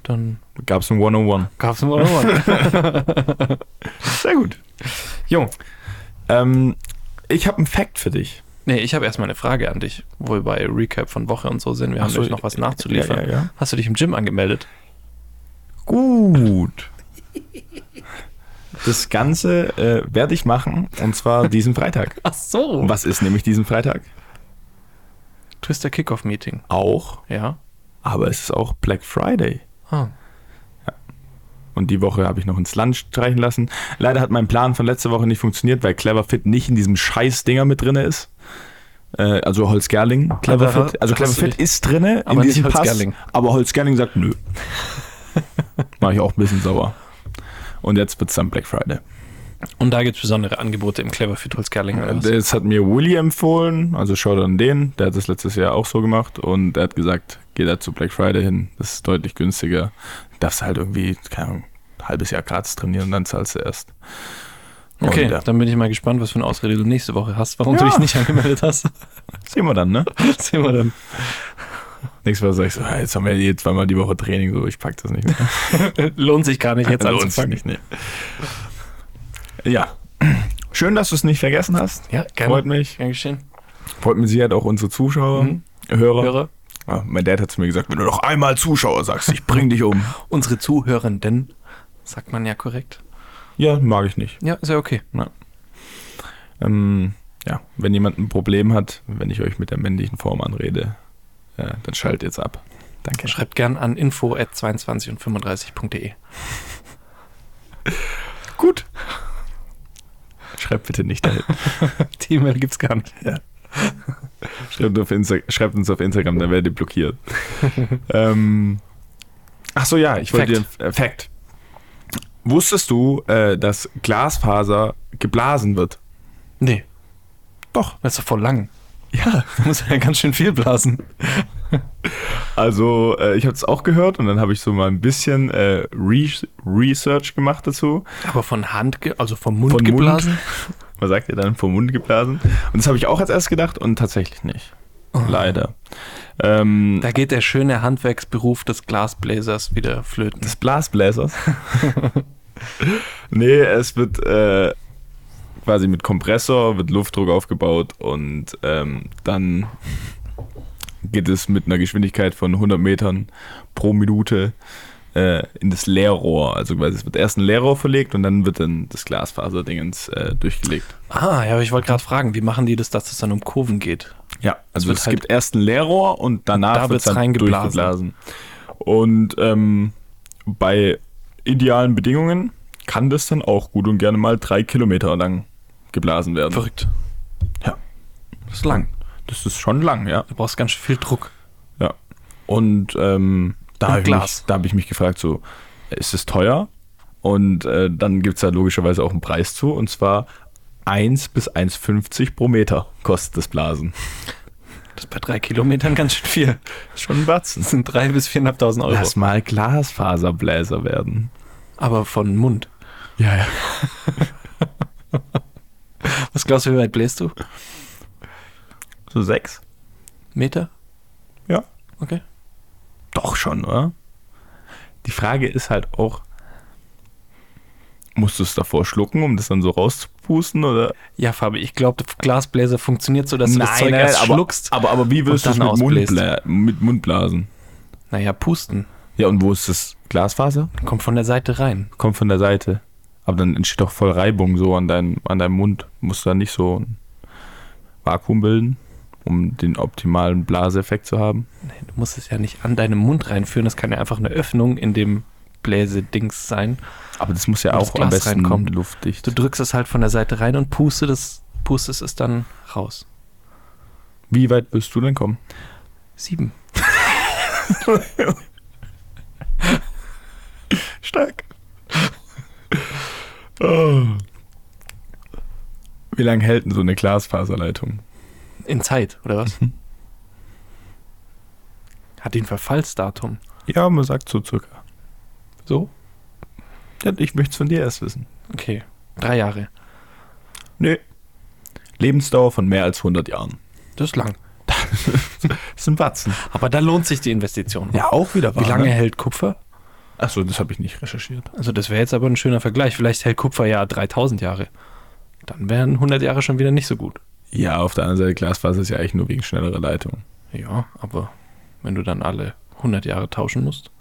C: Dann
A: gab es ein 101.
C: gab's nur One.
A: Sehr gut.
C: Jo.
A: Ähm, ich habe einen Fact für dich.
C: Nee, ich habe erstmal eine Frage an dich, wo wir bei Recap von Woche und so sind. Wir haben
A: so,
C: natürlich noch was nachzuliefern.
A: ja, ja, ja.
C: Hast du dich im Gym angemeldet?
A: Gut. Das Ganze äh, werde ich machen und zwar diesen Freitag.
C: Ach so.
A: Was ist nämlich diesen Freitag?
C: Twister Kickoff Meeting.
A: Auch,
C: Ja.
A: aber es ist auch Black Friday.
C: Ah.
A: Und die Woche habe ich noch ins Land streichen lassen. Leider hat mein Plan von letzter Woche nicht funktioniert, weil Cleverfit nicht in diesem scheiß Dinger mit drin ist. Äh, also Holzgerling,
C: Aber
A: Cleverfit. Also
C: hast du
A: Cleverfit
C: dich-
A: ist drinne
C: aber nicht
A: diesem
C: Holzgerling.
A: Pass, aber Holzgerling sagt nö. War ich auch ein bisschen sauer. Und jetzt wird es dann Black Friday.
C: Und da gibt's besondere Angebote im Clever Fit Holzgerling. oder was?
A: Äh, Das hat mir Willy empfohlen, also schau an den. Der hat das letztes Jahr auch so gemacht und er hat gesagt, geh da zu Black Friday hin, das ist deutlich günstiger. Darfst halt irgendwie, keine Ahnung, ein halbes Jahr gratis trainieren und dann zahlst du erst.
C: Okay,
A: Und, äh,
C: dann bin ich mal gespannt, was für eine Ausrede du nächste Woche hast, warum du
A: Ja.
C: dich nicht angemeldet hast.
A: Sehen wir dann, ne?
C: Sehen wir dann.
A: Nächstes Mal sag ich so, "Ah, jetzt haben wir hier zweimal die Woche Training, so ich pack das nicht mehr.
C: Lohnt sich gar nicht, jetzt
A: Lohnt sich
C: anzufangen.
A: nicht, ne. Ja. Schön, dass du es nicht vergessen hast.
C: Ja,
A: Freut
C: gerne.
A: mich.
C: Gern geschehen.
A: Freut mich sehr, auch unsere Zuschauer,
C: Mhm.
A: Hörer.
C: Hörer,
A: Ah, mein Dad hat zu mir gesagt, wenn du noch einmal Zuschauer sagst, ich bring dich um.
C: unsere Zuhörenden, sagt man ja korrekt.
A: Ja, mag ich nicht.
C: Ja, ist ja okay.
A: Ähm, ja, wenn jemand ein Problem hat, wenn ich euch mit der männlichen Form anrede, äh, dann schaltet jetzt ab. Danke.
C: Schreibt gern an info at 22 und 35.de.
A: Gut. Schreibt bitte nicht dahin.
C: Die E-Mail gibt's gar nicht.
A: Schreibt, auf Insta schreibt uns auf Instagram, dann werdet ihr blockiert. ähm, ach so, ja, ich wollte
C: Fact.
A: dir. Äh, Fact. Wusstest du, äh, dass Glasfaser geblasen wird?
C: Nee,
A: Doch.
C: das ist doch voll lang.
A: Ja.
C: Da muss ja ganz schön viel blasen.
A: Also, äh, ich habe es auch gehört und dann habe ich so mal ein bisschen äh, Re Research gemacht dazu.
C: Aber von Hand, ge- also vom Mund
A: Von Mund?
C: geblasen?
A: Man sagt ja dann vom Mund geblasen. Und das habe ich auch als erst gedacht und tatsächlich nicht. Leider. Ähm,
C: Da geht der schöne Handwerksberuf des Glasbläsers wieder flöten.
A: des Blasbläsers. nee, es wird äh, quasi mit Kompressor, wird Luftdruck aufgebaut und ähm, dann geht es mit einer Geschwindigkeit von 100 Metern pro Minute äh, in das Leerrohr. Also quasi es wird erst ein Leerrohr verlegt und dann wird dann das Glasfaserdingens äh, durchgelegt.
C: ah, ja, aber ich wollte gerade fragen, wie machen die das, dass es dann um Kurven geht?
A: Ja, also
C: wird
A: es
C: halt-
A: gibt erst ein Leerrohr und danach
C: Da
A: wird es
C: wird's
A: dann
C: reingeblasen.
A: durchgeblasen. Und ähm, bei idealen Bedingungen kann das dann auch gut und gerne mal drei Kilometer lang geblasen werden.
C: Verrückt.
A: Ja.
C: Das ist lang.
A: Das ist schon lang, ja.
C: Du brauchst ganz schön viel Druck.
A: ja. Und ähm, da
C: Und
A: habe ich,
C: Glas.
A: mich- da hab ich mich gefragt, so, ist es teuer? Und äh, dann gibt es da logischerweise auch einen Preis zu, und zwar 1 bis 1,50 pro Meter kostet das Blasen.
C: Das ist bei drei Kilometern ganz schön viel.
A: Schon ein Batzen.
C: Das sind drei bis viereinhalbtausend Euro.
A: Lass mal Glasfaserbläser werden.
C: Aber von Mund.
A: Ja, ja.
C: Was glaubst du, wie weit bläst du?
A: So sechs?
C: Meter?
A: Ja.
C: Okay.
A: Doch schon, oder? Die Frage ist halt auch, musst du es davor schlucken, um das dann so rauszupusten? Oder?
C: Ja, Fabi, ich glaube, Glasbläser funktioniert so, dass du das Zeug erst
A: aber,
C: schluckst.
A: Aber, aber wie willst du
C: und
A: es
C: dann
A: mit,
C: ausbläst.
A: Mundblä mit Mundblasen?
C: Naja, pusten.
A: Ja, und wo ist das? Glasfaser?
C: Kommt von der Seite rein.
A: Kommt von der Seite. Aber dann entsteht doch voll Reibung so an, dein, an deinem Mund. Musst du dann nicht so ein Vakuum bilden, um den optimalen Blaseffekt zu haben?
C: Nee, du musst es ja nicht an deinem Mund reinführen. Das kann ja einfach eine Öffnung in dem Bläsedings sein.
A: Aber das muss ja
C: Wo das
A: auch am
C: Glas
A: besten
C: reinkommt.
A: luftdicht.
C: Du drückst es halt von der Seite rein und pustest es, pustest es dann raus.
A: Wie weit wirst du denn kommen?
C: Sieben.
A: Stark. Oh. Wie lange hält denn so eine Glasfaserleitung?
C: In Zeit, oder was? Hat den Verfallsdatum.
A: Ja, man sagt so circa.
C: So?
A: Ja, ich möchte es von dir erst wissen.
C: Okay. Drei Jahre.
A: Nee. Lebensdauer von mehr als 100 Jahren.
C: Das ist lang.
A: Das sind Batzen.
C: Aber da lohnt sich die Investition.
A: Ja, auch wieder
C: Wie lange hält Kupfer?
A: Achso, das habe ich nicht recherchiert.
C: Also das wäre jetzt aber ein schöner Vergleich. Vielleicht hält Kupfer ja 3000 Jahre. Dann wären 100 Jahre schon wieder nicht so gut.
A: Ja, auf der anderen Seite, Glasfaser ist ja eigentlich nur wegen schnellerer Leitung.
C: Ja, aber wenn du dann alle 100 Jahre tauschen musst.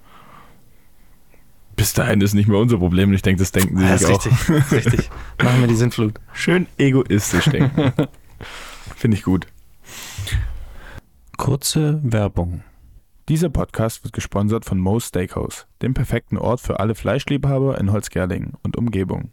A: Bis dahin ist nicht mehr unser Problem. und Ich denke, das denken sie sich auch.
C: das ist richtig. Machen wir die Sintflut.
A: Schön egoistisch denken. Finde ich gut.
B: Kurze Werbung.
A: Dieser Podcast wird gesponsert von Moe's Steakhouse, dem perfekten Ort für alle Fleischliebhaber in Holzgerlingen und Umgebung.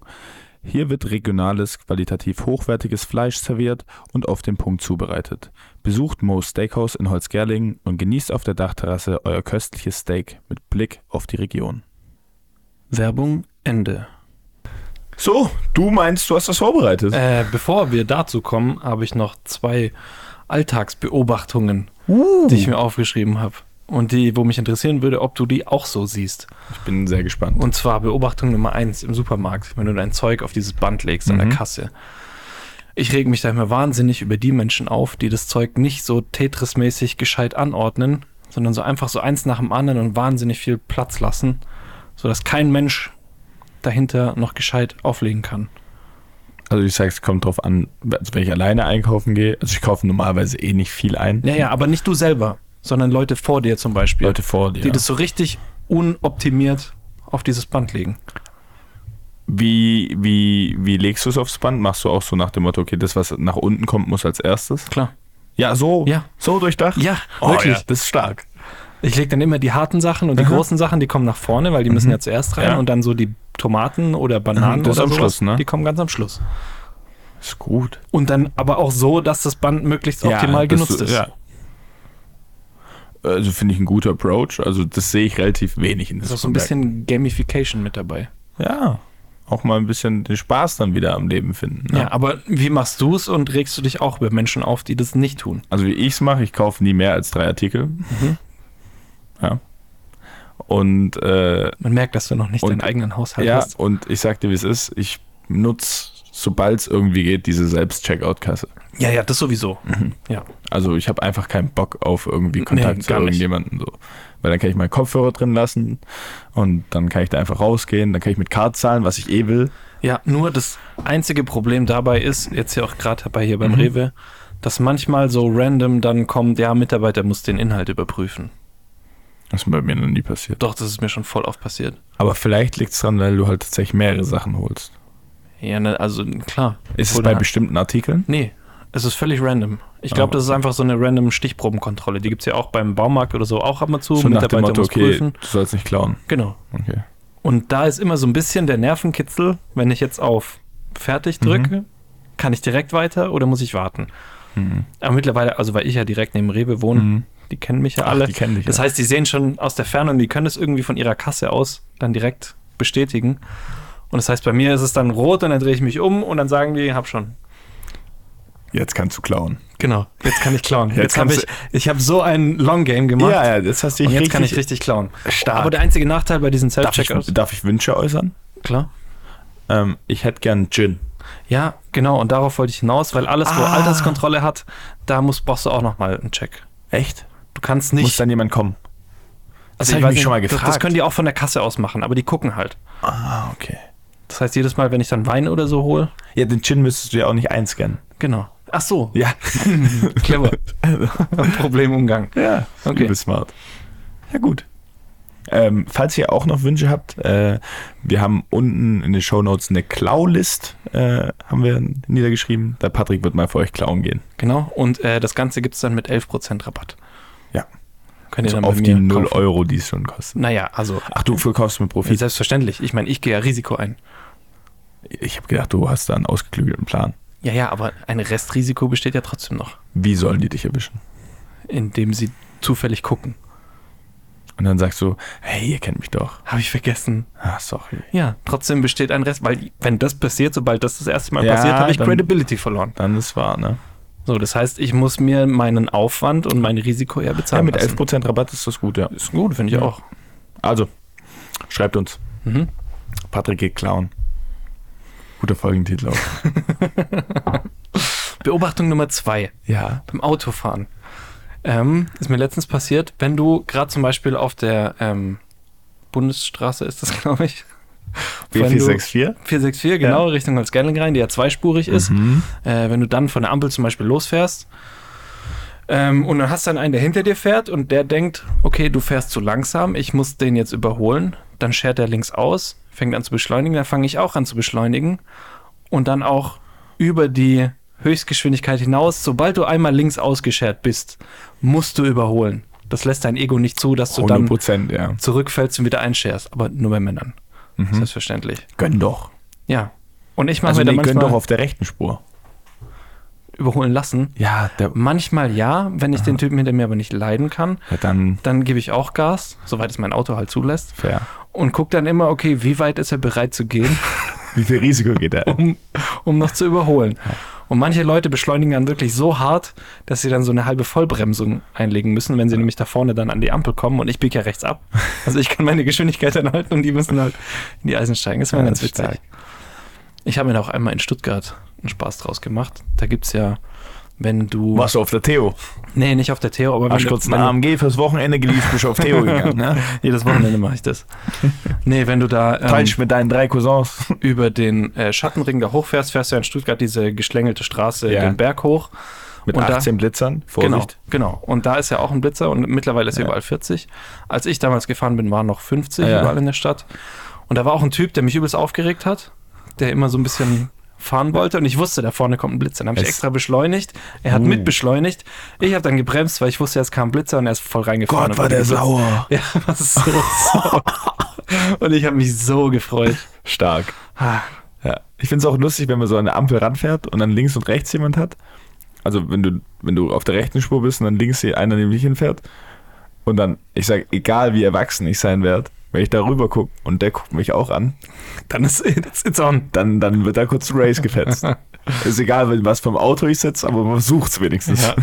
A: Hier wird regionales, qualitativ hochwertiges Fleisch serviert und auf den Punkt zubereitet. Besucht Moe's Steakhouse in Holzgerlingen und genießt auf der Dachterrasse euer köstliches Steak mit Blick auf die Region.
B: Werbung Ende.
A: So, du meinst, du hast das vorbereitet?
C: Äh, bevor wir dazu kommen, habe ich noch zwei Alltagsbeobachtungen,
A: Uh.
C: die ich mir aufgeschrieben habe. Und die, wo mich interessieren würde, ob du die auch so siehst.
A: Ich bin sehr gespannt.
C: Und zwar Beobachtung Nummer eins im Supermarkt, wenn du dein Zeug auf dieses Band legst an der Kasse. Ich reg mich da immer wahnsinnig über die Menschen auf, die das Zeug nicht so Tetris-mäßig gescheit anordnen, sondern so einfach so eins nach dem anderen und wahnsinnig viel Platz lassen, sodass kein Mensch dahinter noch gescheit auflegen kann.
A: also ich sag's, kommt drauf an, also wenn ich alleine einkaufen gehe. Also ich kaufe normalerweise eh nicht viel ein.
C: Naja, aber nicht du selber, sondern Leute vor dir zum Beispiel,
A: Leute vor dir.
C: die das so richtig unoptimiert auf dieses Band legen.
A: Wie, wie, wie legst du es aufs Band? Machst du auch so nach dem Motto, okay, das, was nach unten kommt, muss als erstes?
C: Klar.
A: Ja, so,
C: Ja.
A: so durchdacht?
C: Ja,
A: oh,
C: wirklich.
A: wirklich. Ja, das ist stark.
C: Ich lege dann immer die harten Sachen und die großen Sachen, die kommen nach vorne, weil die müssen ja zuerst rein
A: Mhm. Ja.
C: und dann so die Tomaten oder Bananen
A: Mhm, das
C: oder
A: am
C: sowas,
A: Schluss, ne?
C: die kommen ganz am Schluss.
A: Ist gut.
C: Und dann aber auch so, dass das Band möglichst optimal
A: das-
C: genutzt ist.
A: Ja. Also finde ich ein guter Approach. Also das sehe ich relativ wenig in
C: Da Ist
A: diesem
C: auch so ein bisschen Gamification mit dabei.
A: Ja, auch mal ein bisschen den Spaß dann wieder am Leben finden.
C: Ja,
A: ne?
C: aber wie machst du es und regst du dich auch über Menschen auf, die das nicht tun?
A: Also wie ich es mache, ich kaufe nie mehr als drei Artikel. Ja. Und äh,
C: Man merkt, dass du noch nicht
A: Und-
C: deinen eigenen Haushalt
A: ja,
C: hast.
A: und ich sag dir, wie es ist. Ich nutze, sobald es irgendwie geht, diese Selbst-Checkout-Kasse.
C: Ja, ja, das sowieso. Ja.
A: Also ich habe einfach keinen Bock auf irgendwie Kontakt
C: Nee,
A: zu
C: gar nicht.
A: irgendjemandem. So. Weil dann kann ich meinen Kopfhörer drin lassen und dann kann ich da einfach rausgehen. Dann kann ich mit Card zahlen, was ich eh will.
C: Ja, nur das einzige Problem dabei ist, jetzt hier auch gerade bei hier beim
A: Mhm.
C: Rewe, dass manchmal so random dann kommt, ja, Mitarbeiter muss den Inhalt überprüfen.
A: Das ist bei mir noch nie passiert.
C: Doch, das ist mir schon voll oft passiert.
A: Aber vielleicht liegt es dran, weil du halt tatsächlich mehrere Sachen holst.
C: Ja, ne, also klar.
A: Ist es
C: Oder-
A: bei bestimmten Artikeln?
C: Nee, Es ist völlig random. Ich glaube, das ist einfach so eine random Stichprobenkontrolle. Die gibt es ja auch beim Baumarkt oder so auch ab und zu.
A: So nach dem Motto,
C: um muss
A: okay, du sollst nicht klauen.
C: Genau.
A: Okay.
C: Und da ist immer so ein bisschen der Nervenkitzel, wenn ich jetzt auf Fertig drücke, kann ich direkt weiter oder muss ich warten?
A: Mhm.
C: Aber mittlerweile, also weil ich ja direkt neben Rewe wohne,
A: Mhm.
C: die kennen mich ja
A: Ach,
C: alle.
A: die kennen dich
C: das
A: ja.
C: heißt, die sehen schon aus der Ferne und die können es irgendwie von ihrer Kasse aus dann direkt bestätigen. Und das heißt, bei mir ist es dann rot und dann drehe ich mich um und dann sagen die, hab schon.
A: Jetzt kannst du klauen.
C: Genau, jetzt kann ich klauen.
A: Jetzt
C: jetzt habe
A: kannst
C: ich, ich habe so ein Long Game gemacht.
A: Ja, ja, jetzt hast du
C: und
A: dich
C: jetzt
A: richtig,
C: kann ich richtig klauen.
A: stark.
C: Aber der einzige Nachteil bei diesen
A: darf, ich,
C: Self-Checkouts.
A: darf ich Wünsche äußern?
C: Klar.
A: Ähm, ich hätte gern Gin.
C: Ja, genau. Und darauf wollte ich hinaus, weil alles, wo
A: Ah.
C: Alterskontrolle hat, da muss, brauchst du auch nochmal einen Check.
A: Echt?
C: Du kannst nicht. Also
A: Muss dann jemand kommen? das hab ich
C: weiß
A: mich schon mal
C: Das, das
A: gefragt.
C: können die auch von der Kasse aus machen, aber die gucken halt.
A: Ah, okay.
C: Das heißt, jedes Mal, wenn ich dann Wein oder so hole,
A: Ja, den Gin müsstest du ja auch nicht einscannen.
C: genau. Ach so,
A: Ja.
C: clever. Problemumgang.
A: Ja,
C: Okay.
A: okay. smart. Ja, gut. Ähm, falls ihr auch noch Wünsche habt, äh, wir haben unten in den Shownotes eine Klau-List, äh, haben wir niedergeschrieben. Der Patrick wird mal für euch klauen gehen.
C: Genau. Und äh, das Ganze gibt es dann mit 11% Rabatt.
A: Ja. Also
C: Könnt ihr dann
A: auf
C: bei
A: die
C: mir
A: 0
C: kaufen.
A: Euro, die es schon kosten.
C: Naja, also
A: Ach, du verkaufst mit Profit.
C: selbstverständlich. Ich meine, ich gehe ja Risiko ein.
A: Ich habe gedacht, du hast da einen ausgeklügelten Plan.
C: Ja, ja, aber ein Restrisiko besteht ja trotzdem noch,
A: Wie sollen die dich erwischen?
C: indem sie zufällig gucken.
A: Und dann sagst du, hey, ihr kennt mich doch.
C: Habe ich vergessen.
A: Ah, sorry.
C: Ja, trotzdem besteht ein Rest, weil wenn das passiert, sobald das das erste Mal
A: Ja,
C: passiert, habe ich
A: dann-
C: Credibility verloren.
A: Dann ist wahr, ne?
C: So, das heißt, ich muss mir meinen Aufwand und mein Risiko
A: Ja,
C: eher bezahlen
A: mit
C: lassen.
A: 11% Rabatt ist das gut, ja.
C: Ist gut, finde ich
A: Ja.
C: auch.
A: Also, schreibt uns.
C: Mhm.
A: Patrick geht klauen. Guter Folgentitel auch.
C: Beobachtung Nummer zwei
A: ja.
C: beim Autofahren. Ähm, ist mir letztens passiert, wenn du gerade zum Beispiel auf der ähm, Bundesstraße ist das, glaube ich. Wenn du-
A: 464?
C: 464, genau, Richtung Holzgerling rein, die ja zweispurig ist. Äh, wenn du dann von der Ampel zum Beispiel losfährst ähm, und dann hast dann einen, der hinter dir fährt und der denkt, okay, du fährst zu langsam, ich muss den jetzt überholen, dann schert er links aus, fängt an zu beschleunigen, dann fange ich auch an zu beschleunigen und dann auch über die Höchstgeschwindigkeit hinaus, sobald du einmal links ausgeschert bist, musst du überholen. Das lässt dein Ego nicht zu, dass du dann
A: 100 Prozent, ja.
C: zurückfällst und wieder einscherst, aber nur bei Männern.
A: Mhm.
C: Selbstverständlich.
A: Gönn doch.
C: Ja. Und ich mache
A: Also,
C: mir da
A: nee, gönn
C: manchmal
A: doch auf der rechten Spur.
C: überholen lassen.
A: Ja, der,
C: Manchmal ja, wenn ich den Typen hinter mir aber nicht leiden kann,
A: ja, dann
C: dann gebe ich auch Gas, soweit es mein Auto halt zulässt,
A: fair.
C: und gucke dann immer, okay, wie weit ist er bereit zu gehen,
A: Wie viel Risiko geht da?
C: um, um noch zu überholen. Und manche Leute beschleunigen dann wirklich so hart, dass sie dann so eine halbe Vollbremsung einlegen müssen, wenn sie nämlich da vorne dann an die Ampel kommen und ich biege ja rechts ab. Also ich kann meine Geschwindigkeit dann halten und die müssen halt in die Eisen steigen. Das war
A: Ja,
C: ganz
A: das ist
C: witzig.
A: stark.
C: Ich habe mir da auch einmal in Stuttgart einen Spaß draus gemacht. Da gibt es ja, wenn du.
A: Warst du auf der Theo?
C: Nee, nicht auf der Theo, aber wenn
A: Hast
C: du,
A: kurz
C: wenn
A: eine
C: du
A: AMG fürs Wochenende geliefert, bist du auf Theo gegangen. Ne?
C: Jedes Wochenende mache ich das. Nee, wenn du da ähm,
A: Falsch mit deinen drei Cousins.
C: über den äh, Schattenring da hochfährst, fährst du ja in Stuttgart diese geschlängelte Straße
A: Ja.
C: den Berg hoch.
A: Mit
C: Und da-
A: 18 Blitzern.
C: Genau,
A: Vorsicht.
C: genau. Und da ist ja auch ein Blitzer und mittlerweile ist
A: Ja.
C: überall 40. Als ich damals gefahren bin, waren noch 50
A: Ah, ja.
C: überall in der Stadt. Und da war auch ein Typ, der mich übelst aufgeregt hat, der immer so ein bisschen fahren wollte und ich wusste, da vorne kommt ein Blitzer. Dann habe ich
A: Es-
C: extra beschleunigt. Er hat
A: Uh.
C: mit beschleunigt. Ich habe dann gebremst, weil ich wusste, jetzt kam ein Blitzer und er ist voll reingefahren. und wurde geblitzt.
A: sauer.
C: Ja, was ist so sauer. Und ich habe mich so gefreut.
A: Stark.
C: Ah,
A: Ja. Ich finde es auch lustig, wenn man so an der Ampel ranfährt und dann links und rechts jemand hat. Also wenn du, wenn du auf der rechten Spur bist und dann links hier einer neben dich hinfährt und dann, ich sage, egal wie erwachsen ich sein werde, wenn ich da rüber gucke und der guckt mich auch an,
C: Dann ist it's, it's on.
A: dann, dann wird da kurz ein Race gefetzt. Ist egal, mit was vom Auto ich sitze, aber man versucht es wenigstens.
C: Ja.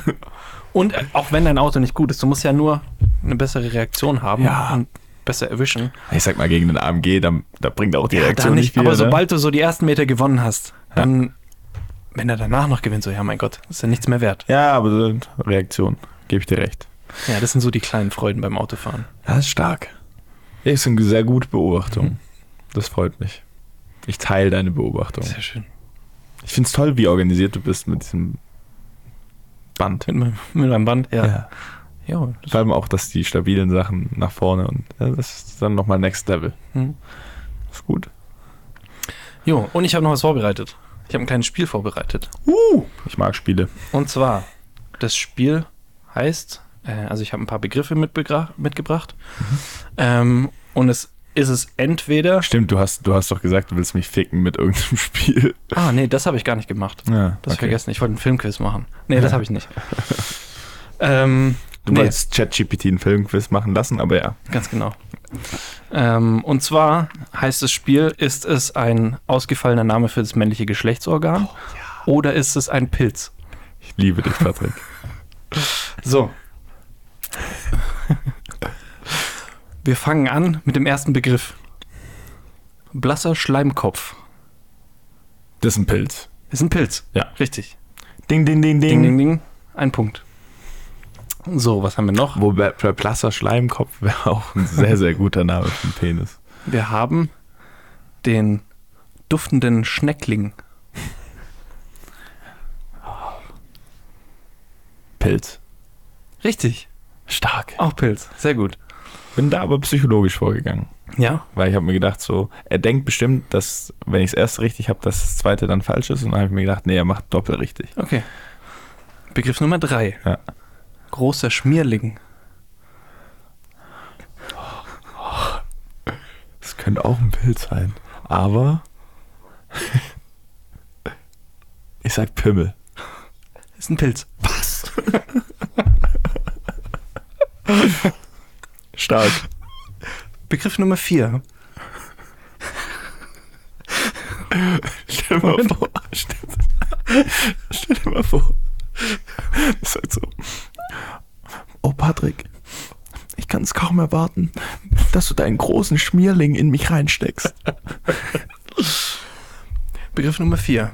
C: Und äh, auch wenn dein Auto nicht gut ist, du musst ja nur eine bessere Reaktion haben
A: Ja.
C: und besser erwischen.
A: Ich sag mal, gegen den AMG, da, da bringt auch die
C: da
A: Reaktion nicht viel.
C: aber
A: ne?
C: sobald du so die ersten Meter gewonnen hast, dann, wenn er danach noch gewinnt, so, ja, mein Gott, ist ja nichts mehr wert.
A: Ja, aber so Reaktion, gebe ich dir recht.
C: Ja, das sind so die kleinen Freuden beim Autofahren.
A: Das ist stark. Ist eine sehr gute Beobachtung. Das freut mich. Ich teile deine Beobachtung.
C: Sehr schön.
A: Ich finde es toll, wie organisiert du bist mit diesem Band.
C: Mit, meinem- mit meinem Band, ja. ja.
A: Vor allem auch, dass die stabilen Sachen nach vorne und ja, das ist dann nochmal Next Level.
C: Mhm.
A: Ist gut.
C: Jo, und ich habe noch was vorbereitet. Ich Ich habe ein kleines Spiel vorbereitet.
A: Uh, ich mag Spiele.
C: Und zwar, das Spiel heißt, äh, also ich habe ein paar Begriffe mitbegr- mitgebracht. Ähm, und es ist es entweder.
A: Stimmt, du hast, du hast doch gesagt, du willst mich ficken mit irgendeinem Spiel.
C: Ah, nee, das habe ich gar nicht gemacht.
A: Ja,
C: Das hab ich vergessen. Ich wollte einen Filmquiz machen. Nee, das habe ich nicht. ähm,
A: Du
C: nee,
A: wolltest ChatGPT einen Filmquiz machen lassen, aber ja.
C: ganz genau. Ähm, und zwar heißt das Spiel, ist es ein ausgefallener Name für das männliche Geschlechtsorgan oder ist es ein Pilz?
A: Ich liebe dich, Patrick.
C: So. Wir fangen an mit dem ersten Begriff. Blasser Schleimkopf.
A: Das ist ein Pilz.
C: Ist ein Pilz.
A: Ja.
C: Richtig.
A: Ding, ding, ding,
C: Ding, ding, ding. Ein Punkt. So, was haben wir noch?
A: Wobei bei blasser Schleimkopf wäre auch ein sehr, sehr guter Name für einen Penis.
C: Wir haben den duftenden Schneckling.
A: Pilz.
C: Richtig.
A: Stark.
C: Auch Pilz. Sehr gut.
A: Bin da aber psychologisch vorgegangen.
C: Ja.
A: Weil ich habe mir gedacht, so, er denkt bestimmt, dass, wenn ich das erste richtig habe, dass das zweite dann falsch ist. Und dann habe ich mir gedacht, nee, er macht doppelt richtig.
C: Okay. Begriff Nummer drei.
A: Ja.
C: Großer Schmierling.
A: Das könnte auch ein Pilz sein. Aber. ich sag Pimmel.
C: Ist ein Pilz.
A: Stark.
C: Begriff Nummer vier.
A: Stell dir mal vor. Stell, stell dir mal vor. Ich sag so. Oh, Patrick. Ich kann es kaum erwarten, dass du deinen großen Schmierling in mich reinsteckst.
C: Begriff Nummer 4.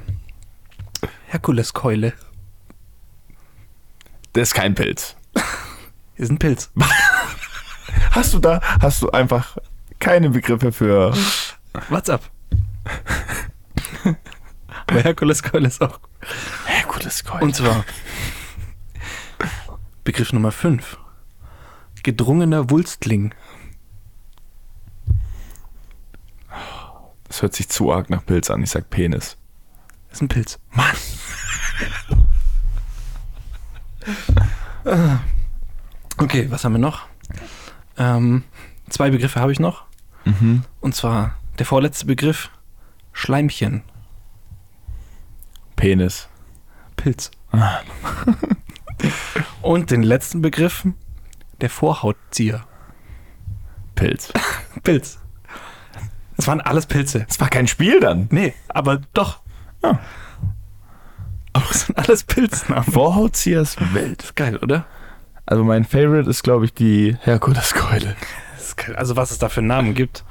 C: Herkuleskeule
A: Das ist kein Pilz.
C: ist ein Pilz.
A: Hast du da, hast du einfach keine Begriffe für.
C: What's up? Aber Herkuleskeule ist auch.
A: Hä, gutes Kreuz.
C: Und zwar. Begriff Nummer 5. Gedrungener Wulstling.
A: Das hört sich zu arg nach Pilz an. Ich sag Penis.
C: Ist ein Pilz.
A: Mann.
C: Okay, was haben wir noch? Ähm, zwei Begriffe habe ich noch.
A: Mhm.
C: Und zwar der vorletzte Begriff: Schleimchen.
A: Penis.
C: Pilz. Und den letzten Begriff, der Vorhautzieher.
A: Pilz.
C: Pilz. Das waren alles Pilze.
A: Es war kein Spiel dann.
C: Nee, aber doch.
A: Ah.
C: Aber es sind alles Pilznamen.
A: Vorhautzieher ist wild.
C: Das ist geil, oder?
A: Also mein Favorite ist, glaube ich, die Herkuleskeule.
C: Das ist geil. Also was es da für Namen gibt.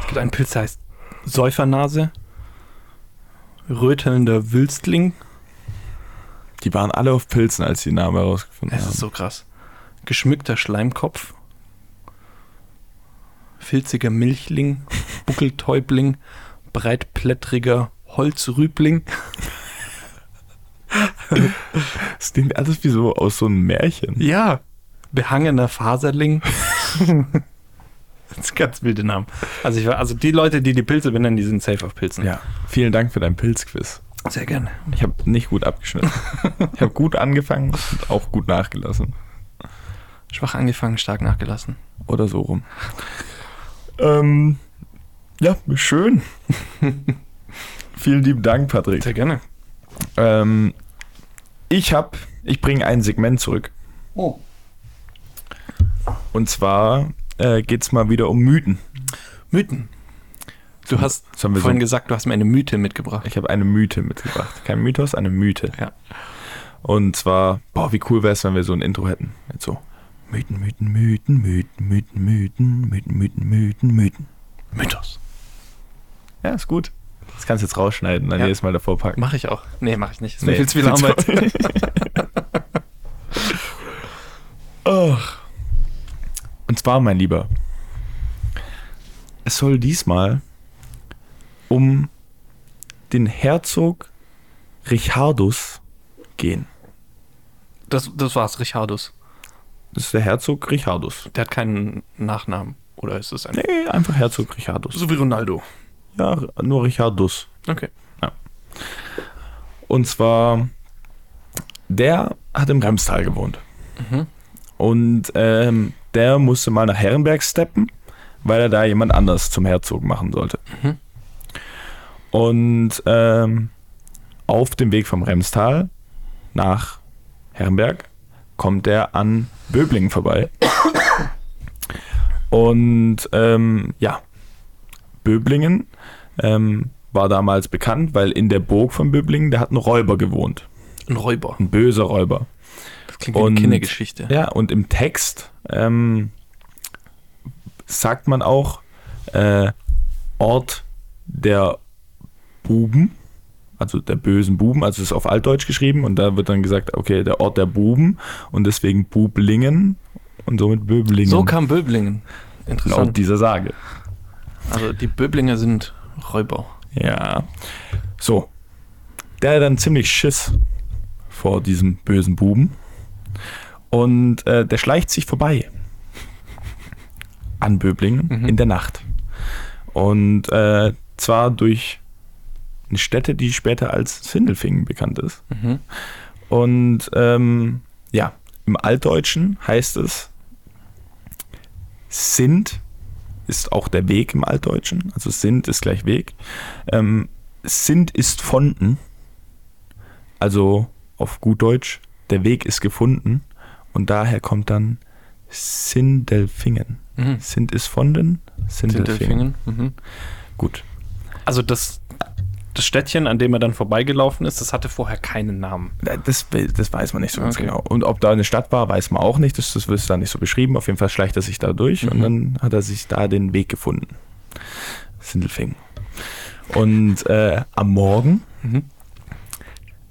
C: Es gibt einen Pilz, der heißt Säufernase, rötelnder Wülstling.
A: Die waren alle auf Pilzen, als sie den Namen herausgefunden
C: Es
A: haben.
C: ist so krass. Geschmückter Schleimkopf. Filziger Milchling. Buckeltäubling. Breitplättriger Holzrübling.
A: Das klingt alles wie so aus so einem Märchen.
C: Ja. Behangener Faserling. das ist ganz wilde Namen. Also, ich, war- also die Leute, die die Pilze benennen, die sind safe auf Pilzen.
A: Vielen Dank für dein Pilzquiz.
C: Sehr gerne.
A: Ich habe nicht gut abgeschnitten. ich habe gut angefangen und auch gut nachgelassen.
C: Schwach angefangen, stark nachgelassen.
A: Oder so rum. ähm, ja, schön. Vielen lieben Dank, Patrick.
C: gerne.
A: Ähm, ich habe, ich bringe ein Segment zurück.
C: Oh.
A: Und zwar äh, geht es mal wieder um Mythen.
C: Mythen. Du hast
A: Sollen wir so-
C: vorhin gesagt, du hast mir eine Mythe mitgebracht.
A: Ich habe eine Mythe mitgebracht. Kein Mythos, eine Mythe.
C: Ja.
A: Und zwar, boah, wie cool wäre es, wenn wir so ein Intro hätten. Jetzt so. Mythen, Mythen, Mythen, Mythen, Mythen, Mythen, Mythen, Mythen, Mythen, Mythen.
C: Mythos.
A: Ja, ist gut. Das kannst du jetzt rausschneiden, dann
C: Ja.
A: jedes Mal davor packen.
C: Mache ich auch. Nee, mache ich nicht. Ist
A: Nee,
C: mir viel zu viel Arbeit.
A: Ach. Und zwar, mein Lieber, es soll diesmal um den Herzog Richardus gehen.
C: Das, das war's, Richardus.
A: Das ist der Herzog Richardus.
C: Der hat keinen Nachnamen. Oder ist es ein.
A: Nee, einfach Herzog Richardus.
C: So wie Ronaldo.
A: Ja, nur Richardus.
C: Okay.
A: Und zwar, der hat im Remstal gewohnt.
C: Mhm.
A: Und ähm, der musste mal nach Herrenberg steppen, weil er da jemand anders zum Herzog machen sollte.
C: Mhm.
A: Und ähm, auf dem Weg vom Remstal nach Herrenberg kommt er an Böblingen vorbei. Und ähm, ja, Böblingen ähm, war damals bekannt, weil in der Burg von Böblingen, da hat ein Räuber gewohnt.
C: Ein Räuber.
A: Ein böser Räuber.
C: Das klingt
A: Und-
C: wie eine Kindergeschichte.
A: Ja, und im Text ähm, sagt man auch äh, Ort der Buben, also der bösen Buben, also es ist auf Altdeutsch geschrieben und da wird dann gesagt, okay, der Ort der Buben und deswegen Bublingen und somit Böblingen.
C: So kam Böblingen.
A: laut
C: Interessant.
A: dieser Sage.
C: also die Böblinger sind Räuber.
A: Ja. So. Der hat dann ziemlich Schiss vor diesem bösen Buben. Und äh, der schleicht sich vorbei an Böblingen
C: Mhm.
A: in der Nacht. Und äh, zwar durch eine Stätte, die später als Sindelfingen bekannt ist.
C: Mhm.
A: Und ähm, ja, im Altdeutschen heißt es, sind ist auch der Weg im Altdeutschen, also sind ist gleich Weg. Ähm, sind ist fonden, also auf gut Deutsch, der Weg ist gefunden und daher kommt dann Sindelfingen.
C: Mhm.
A: Sind ist fonden, Sindelfingen.
C: Sindelfingen. Mhm.
A: Gut.
C: Also das, das Städtchen, an dem er dann vorbeigelaufen ist, das hatte vorher keinen Namen.
A: Äh, Das, will- das weiß man nicht so ganz
C: Okay.
A: genau. Und ob da eine Stadt war, weiß man auch nicht. Das, das wird da nicht so beschrieben. Auf jeden Fall schleicht er sich da durch und
C: Mhm.
A: dann hat er sich da den Weg gefunden. Sindelfingen. Und äh, am Morgen
C: Mhm.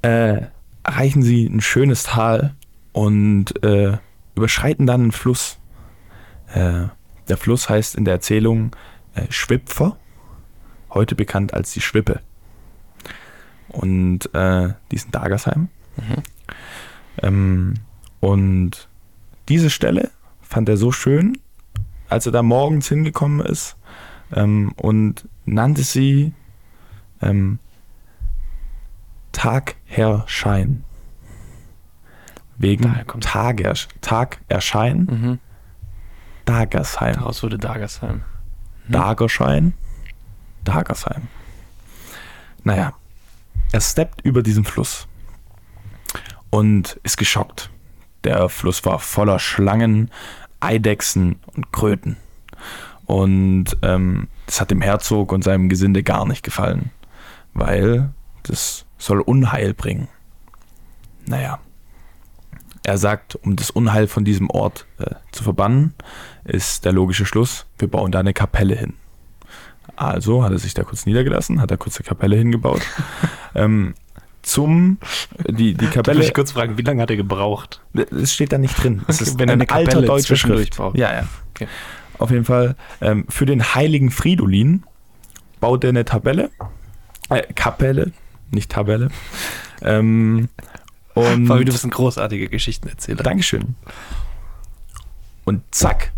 A: äh, erreichen sie ein schönes Tal und äh, überschreiten dann einen Fluss. Äh, der Fluss heißt in der Erzählung äh, Schwipfer, heute bekannt als die Schwippe. Und äh, die ist in Dagersheim.
C: Mhm.
A: Ähm, und diese Stelle fand er so schön, als er da morgens hingekommen ist ähm, und nannte sie ähm, Tagherrschein. Wegen
C: Daher kommt-
A: Tagers, Tagerschein,
C: Mhm.
A: Dagersheim.
C: Daraus wurde Dagersheim. mhm.
A: Dagerschein. Dagersheim. Naja, er steppt über diesen Fluss und ist geschockt. Der Fluss war voller Schlangen, Eidechsen und Kröten. Und ähm, das hat dem Herzog und seinem Gesinde gar nicht gefallen, weil das soll Unheil bringen. Naja, er sagt, um das Unheil von diesem Ort äh, zu verbannen, ist der logische Schluss, wir bauen da eine Kapelle hin. Also hat er sich da kurz niedergelassen, hat da kurz eine Kapelle hingebaut. ähm, zum, die, die
C: Darf
A: Kapelle
C: ich kurz fragen, wie lange hat er gebraucht?
A: es steht da nicht drin. Es
C: Okay,
A: ist
C: wenn er
A: eine
C: eine Kapelle
A: alte deutsche
C: zwischendurch
A: Schrift.
C: baut.
A: Ja, ja.
C: Okay.
A: Auf jeden Fall ähm, für den heiligen Fridolin baut er eine Tabelle, äh, Kapelle, nicht Tabelle. Ähm, und
C: Fabi, du bist ein großartiger Geschichtenerzähler.
A: Dankeschön. Und zack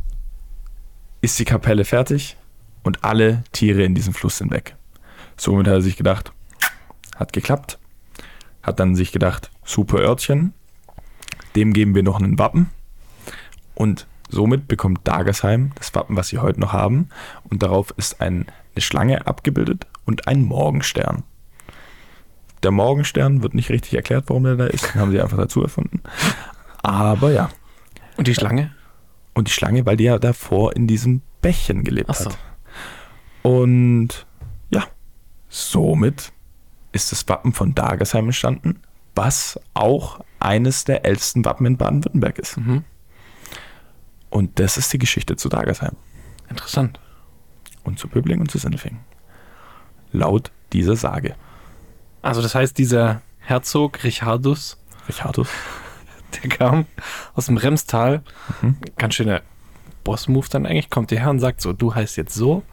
A: ist die Kapelle fertig und alle Tiere in diesem Fluss sind weg. Somit hat er sich gedacht, hat geklappt. Hat dann sich gedacht, super Örtchen. Dem geben wir noch einen Wappen. Und somit bekommt Dagersheim das Wappen, was sie heute noch haben. Und darauf ist ein, eine Schlange abgebildet und ein Morgenstern. Der Morgenstern wird nicht richtig erklärt, warum der da ist. Den haben sie einfach dazu erfunden. Aber ja.
C: Und die Schlange?
A: Und die Schlange, weil die ja davor in diesem Bächchen gelebt
C: Ach so.
A: hat. Und ja, somit ist das Wappen von Dagersheim entstanden, was auch eines der ältesten Wappen in Baden-Württemberg ist.
C: Mhm.
A: Und das ist die Geschichte zu Dagersheim
C: Interessant.
A: und zu Böblingen und zu Sindelfingen. Laut dieser Sage.
C: Also das heißt, dieser Herzog Richardus,
A: Richardus.
C: der kam aus dem Remstal,
A: Mhm.
C: ganz schöner Boss-Move dann eigentlich, kommt hierher und sagt so, du heißt jetzt so,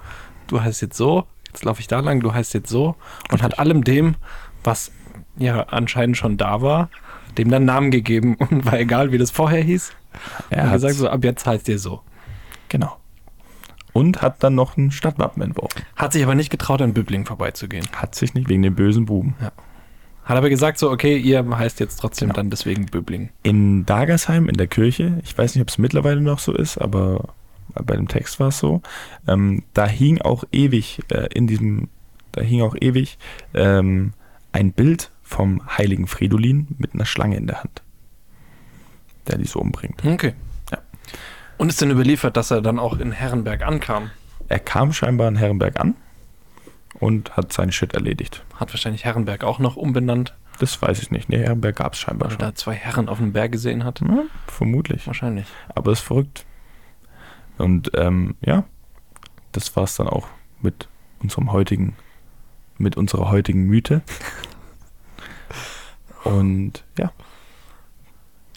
C: du heißt jetzt so, jetzt laufe ich da lang, du heißt jetzt so und hat allem dem, was ja anscheinend schon da war, dem dann Namen gegeben und war egal, wie das vorher hieß. Er
A: Er
C: hat
A: hat
C: gesagt so, ab jetzt heißt ihr so.
A: genau. Und hat dann noch ein Stadtwappen entworfen.
C: Hat sich aber nicht getraut, an Böbling vorbeizugehen.
A: Hat sich nicht wegen den bösen Buben.
C: Ja. Hat aber gesagt, so, okay, ihr heißt jetzt trotzdem
A: Genau.
C: dann deswegen Böbling.
A: In Dagersheim, in der Kirche, ich weiß nicht, ob es mittlerweile noch so ist, aber bei dem Text war es so, ähm, da hing auch ewig äh, in diesem, da hing auch ewig ähm, ein Bild vom heiligen Fridolin mit einer Schlange in der Hand, der die so umbringt.
C: Okay.
A: Ja.
C: Und ist denn überliefert, dass er dann auch in Herrenberg ankam?
A: Er kam scheinbar in Herrenberg an und hat seinen Shit erledigt.
C: Hat wahrscheinlich Herrenberg auch noch umbenannt,
A: Das weiß ich nicht. Nee, Herrenberg gab es scheinbar
C: weil er
A: schon.
C: da zwei Herren auf dem Berg gesehen hat.
A: Ja, vermutlich.
C: Wahrscheinlich.
A: Aber ist verrückt. Und ähm, ja, das war's dann auch mit unserem heutigen, mit unserer heutigen Mythe. Und ja,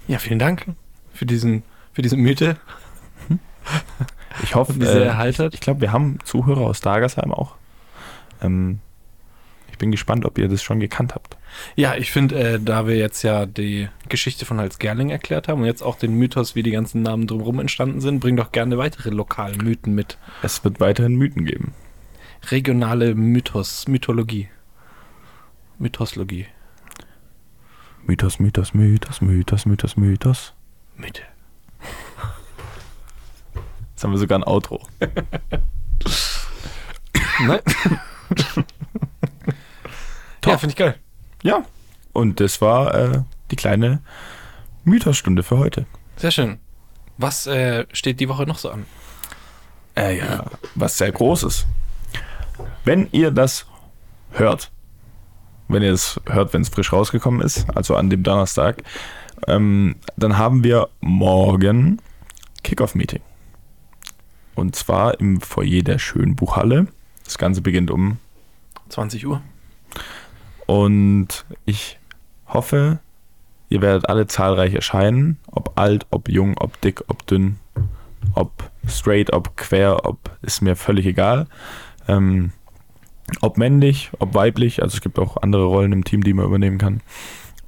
C: Ja, vielen Dank für diesen, für diese Mythe,
A: ich hoffe,
C: die sie
A: äh,
C: erheitert.
A: ich glaube, wir haben Zuhörer aus Dagersheim auch. Ähm, ich bin gespannt, ob ihr das schon gekannt habt.
C: Ja, ich finde, äh, da wir jetzt ja die Geschichte von Hals Gerling erklärt haben und jetzt auch den Mythos, wie die ganzen Namen drumherum entstanden sind, bring doch gerne weitere lokale Mythen mit.
A: Es wird weiterhin Mythen geben.
C: Regionale Mythos, Mythologie. Mythoslogie.
A: Mythos, Mythos, Mythos, Mythos, Mythos, Mythos.
C: Mythe.
A: Jetzt haben wir sogar ein Outro.
C: Nein. ja, finde ich geil.
A: Ja. Und das war äh, die kleine Mythos-Stunde für heute.
C: Sehr schön. Was äh, steht die Woche noch so an?
A: Äh, ja, was sehr Großes. Wenn ihr das hört, wenn ihr es hört, wenn es frisch rausgekommen ist, also an dem Donnerstag, ähm, dann haben wir morgen Kickoff-Meeting. Und zwar im Foyer der Schönbuchhalle. Das Ganze beginnt um
C: 20 Uhr.
A: Und ich hoffe, ihr werdet alle zahlreich erscheinen. Ob alt, ob jung, ob dick, ob dünn, ob straight, ob quer, ob ist mir völlig egal. Ähm, ob männlich, ob weiblich. Also es gibt auch andere Rollen im Team, die man übernehmen kann.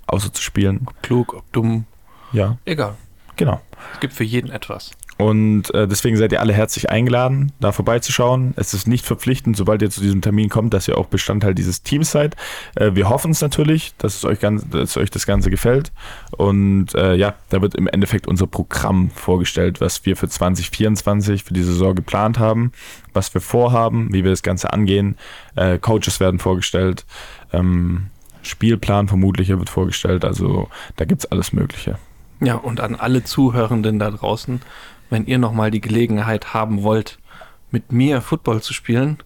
A: Außer zu spielen.
C: Ob klug, ob dumm.
A: Ja,
C: Egal.
A: genau.
C: Es gibt für jeden etwas.
A: Und äh, deswegen seid ihr alle herzlich eingeladen, da vorbeizuschauen. Es ist nicht verpflichtend, sobald ihr zu diesem Termin kommt, dass ihr auch Bestandteil dieses Teams seid. Äh, wir hoffen es natürlich, dass es euch, ganz, dass euch das Ganze gefällt. Und äh, ja, da wird im Endeffekt unser Programm vorgestellt, was wir für 2024 für die Saison geplant haben, was wir vorhaben, wie wir das Ganze angehen. Äh, Coaches werden vorgestellt. Ähm, Spielplan vermutlich wird vorgestellt. Also da gibt's alles Mögliche.
C: Ja, und an alle Zuhörenden da draußen, wenn ihr nochmal die Gelegenheit haben wollt, mit mir Football zu spielen,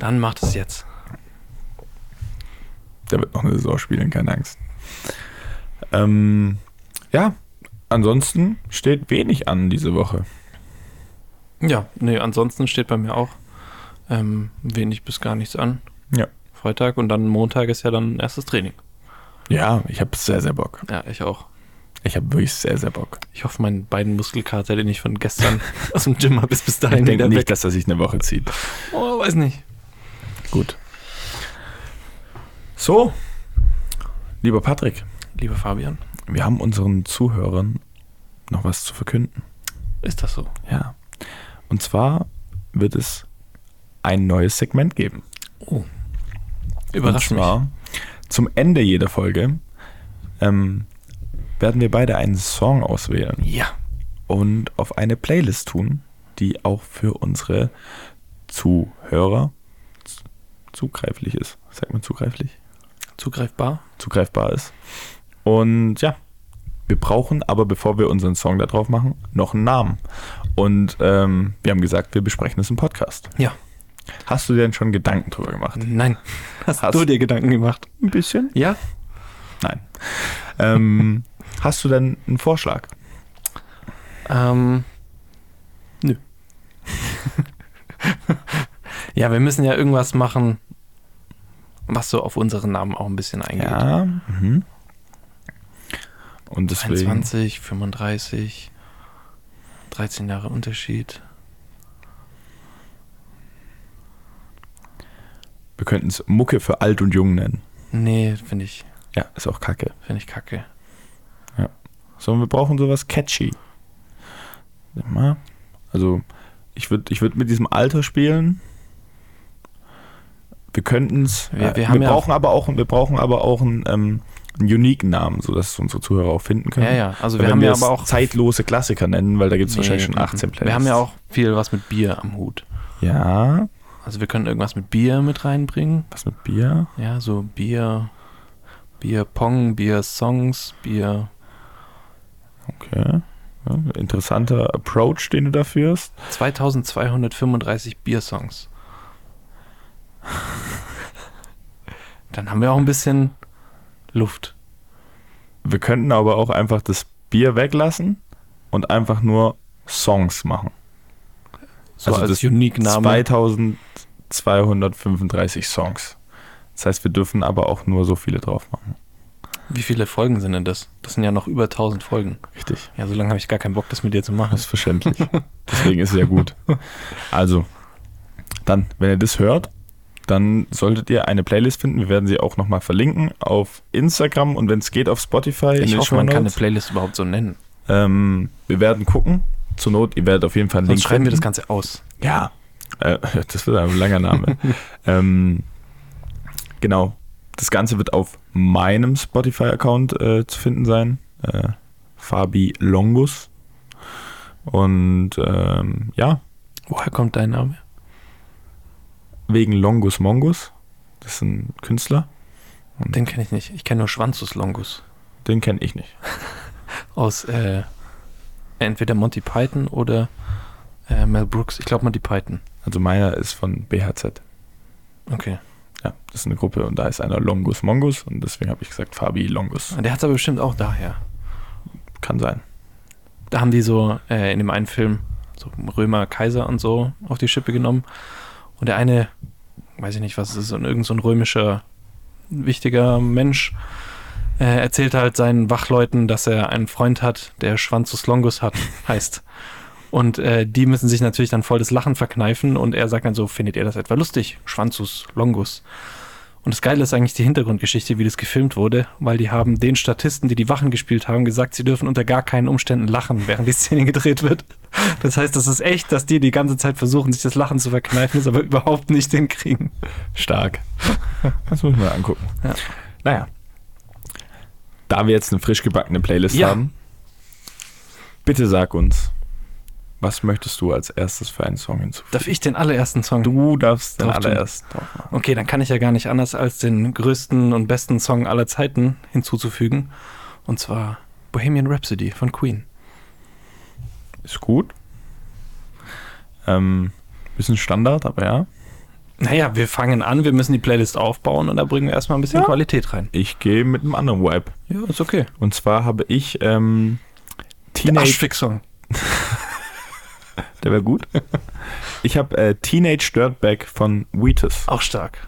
C: dann macht es jetzt.
A: Der wird noch eine Saison spielen, keine Angst. Ähm, ja, ansonsten steht wenig an diese Woche.
C: Ja, nee, ansonsten steht bei mir auch ähm, wenig bis gar nichts an.
A: Ja.
C: Freitag und dann Montag ist ja dann erstes Training.
A: Ja, ich habe sehr, sehr Bock.
C: Ja, ich auch.
A: Ich habe wirklich sehr, sehr Bock.
C: Ich hoffe, meinen beiden Muskelkater, den ich von gestern aus dem Gym habe, ist bis dahin
A: ich denke
C: wieder
A: nicht,
C: weg.
A: dass er sich eine Woche zieht.
C: Oh, weiß nicht.
A: Gut. So, lieber Patrick,
C: Lieber Fabian,
A: wir haben unseren Zuhörern noch was zu verkünden.
C: ist das so?
A: Ja. Und zwar wird es ein neues Segment geben.
C: Überrasch
A: Und
C: mich.
A: zwar, Zum Ende jeder Folge ähm, werden wir beide einen Song auswählen
C: Ja.
A: und auf eine Playlist tun, die auch für unsere Zuhörer z- zugreiflich ist. Sagt man zugreiflich?
C: Zugreifbar?
A: Zugreifbar ist. Und ja, wir brauchen aber, bevor wir unseren Song da drauf machen, noch einen Namen. Und ähm, wir haben gesagt, wir besprechen es im Podcast.
C: Ja.
A: Hast du dir denn schon Gedanken drüber gemacht?
C: Nein. Hast,
A: Hast-
C: du dir Gedanken gemacht?
A: Ein bisschen.
C: Ja.
A: Nein. ähm, hast du denn einen Vorschlag?
C: Ähm. Nö. ja, wir müssen ja irgendwas machen, was so auf unseren Namen auch ein bisschen eingeht.
A: Mhm. Und deswegen.
C: 21, 35, 13 Jahre Unterschied.
A: Wir könnten es Mucke für alt und jung nennen.
C: Nee, finde ich,
A: Ja, ist auch kacke.
C: finde ich kacke.
A: Sondern wir brauchen sowas catchy. Warte mal. Also, ich würde ich würd mit diesem Alter spielen. Wir könnten es.
C: Wir- wir
A: Wir, wir,
C: haben ja-
A: brauchen aber auch, wir brauchen aber auch einen, ähm, einen uniken Namen, sodass es unsere Zuhörer auch finden können.
C: Ja, ja. Also
A: Weil
C: wir
A: wenn
C: haben ja
A: es
C: aber auch.
A: zeitlose Klassiker nennen, weil da gibt es wahrscheinlich
C: Nee, mhm.
A: schon 18 Plätze.
C: Wir haben ja auch viel was mit Bier am Hut.
A: Ja,
C: Also wir können irgendwas mit Bier mit reinbringen.
A: was mit Bier?
C: Ja, so Bier, Bier-Pong, Bier-Songs, Bier.
A: Okay. Ja, interessanter Approach, den du da führst.
C: 2235 Biersongs. Dann haben wir auch ein bisschen Luft.
A: Wir könnten aber auch einfach das Bier weglassen und einfach nur Songs machen.
C: So
A: Also
C: als
A: das
C: Unique-Name.
A: 2235 Songs. Das heißt, wir dürfen aber auch nur so viele drauf machen.
C: Wie viele Folgen sind denn das? Das sind ja noch über 1000 Folgen.
A: Richtig.
C: Ja, so lange habe ich gar keinen Bock, das mit dir zu machen.
A: Das ist verständlich. Deswegen ist es ja gut. Also, dann, wenn ihr das hört, dann solltet ihr eine Playlist finden. Wir werden sie auch nochmal verlinken auf Instagram und wenn es geht auf Spotify. in
C: Ich
A: den
C: hoffe, man kann eine
A: Shownotes.
C: Playlist überhaupt so nennen.
A: Ähm, wir werden gucken. Zur Not, ihr werdet auf jeden Fall einen
C: Sonst schreiben wir das
A: finden.
C: Ganze aus.
A: Ja. Äh, das wird ein langer Name. ähm, genau. Das Ganze wird auf meinem Spotify-Account äh, zu finden sein. Äh, Fabi Longus. Und ähm, ja,
C: Woher kommt dein Name?
A: wegen Longus Mongus. Das ist ein Künstler.
C: Den kenne ich nicht. Ich kenne nur Schwanzus Longus.
A: Den kenne ich nicht.
C: Aus äh, entweder Monty Python oder äh, Mel Brooks. Ich glaube Monty Python.
A: Also meiner ist von BHZ.
C: Okay.
A: Ja, das ist eine Gruppe und da ist einer Longus Mongus und deswegen habe ich gesagt Fabi Longus.
C: Der hat es aber bestimmt auch daher.
A: Kann sein.
C: Da haben die so äh, in dem einen Film so Römer, Kaiser und so auf die Schippe genommen. Und der eine, weiß ich nicht, was es ist, und irgend so ein römischer, wichtiger Mensch äh, erzählt halt seinen Wachleuten, dass er einen Freund hat, der Schwanzus Longus hat, heißt. Und äh, die müssen sich natürlich dann voll das Lachen verkneifen und er sagt dann so, findet ihr das etwa lustig? Schwanzus Longus. Und das Geile ist eigentlich die Hintergrundgeschichte, wie das gefilmt wurde, weil die haben den Statisten, die die Wachen gespielt haben, gesagt, sie dürfen unter gar keinen Umständen lachen, während die Szene gedreht wird. Das heißt, das ist echt, dass die die ganze Zeit versuchen, sich das Lachen zu verkneifen, es aber überhaupt nicht hinkriegen.
A: Stark. Das muss ich mir angucken.
C: Ja.
A: Naja. Da wir jetzt eine frisch gebackene Playlist
C: Ja.
A: haben, bitte sag uns, was möchtest du als erstes für einen Song hinzufügen?
C: Darf ich den allerersten Song?
A: Du darfst den
C: Drauf tun.
A: allererst drauf machen.
C: Okay, dann kann ich ja gar nicht anders, als den größten und besten Song aller Zeiten hinzuzufügen. Und zwar Bohemian Rhapsody von Queen.
A: Ist gut. Ähm, bisschen Standard, aber ja.
C: Naja, wir fangen an, wir müssen die Playlist aufbauen und da bringen wir erstmal ein bisschen
A: Ja.
C: Qualität rein.
A: Ich gehe mit einem anderen Vibe.
C: Ja, ist okay.
A: Und zwar habe ich ähm,
C: Der
A: Teenage.
C: Aschfix-Song.
A: Der wäre gut. Ich habe äh, Teenage Dirtbag von Wheatus.
C: Auch stark.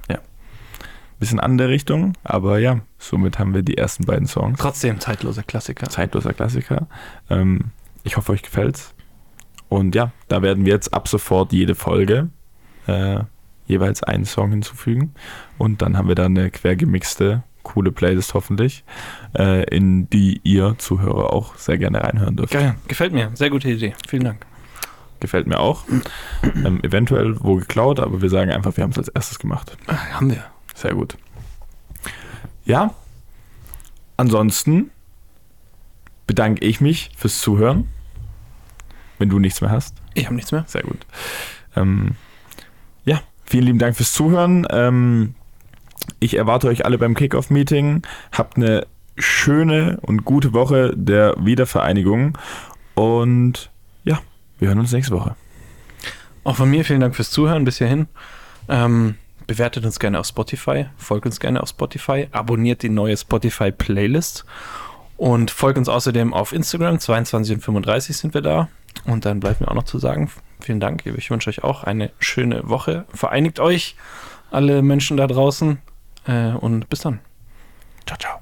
A: bisschen andere Richtung, aber ja, somit haben wir die ersten beiden Songs.
C: Trotzdem zeitloser Klassiker.
A: Zeitloser Klassiker. Ähm, ich hoffe, euch gefällt's. Und ja, da werden wir jetzt ab sofort jede Folge äh, jeweils einen Song hinzufügen. Und dann haben wir da eine quergemixte, coole Playlist hoffentlich, äh, in die ihr Zuhörer auch sehr gerne reinhören dürft.
C: Geil, gefällt mir. Sehr gute Idee. Vielen Dank.
A: Gefällt mir auch. Ähm, eventuell wo geklaut, aber wir sagen einfach, wir haben es als erstes gemacht.
C: Äh, Haben wir.
A: Sehr gut. Ja, ansonsten bedanke ich mich fürs Zuhören. Wenn du nichts mehr hast.
C: Ich habe nichts mehr.
A: Sehr gut. Ähm, ja, vielen lieben Dank fürs Zuhören. Ähm, ich erwarte euch alle beim Kickoff-Meeting. Habt eine schöne und gute Woche der Wiedervereinigung. Und ja, wir hören uns nächste Woche.
C: Auch von mir vielen Dank fürs Zuhören bis hierhin. Ähm, bewertet uns gerne auf Spotify, folgt uns gerne auf Spotify, abonniert die neue Spotify-Playlist und folgt uns außerdem auf Instagram. 22 und 35 sind wir da. Und dann bleibt mir auch noch zu sagen, vielen Dank. Ich wünsche euch auch eine schöne Woche. Vereinigt euch, alle Menschen da draußen. Äh, und bis dann. Ciao, ciao.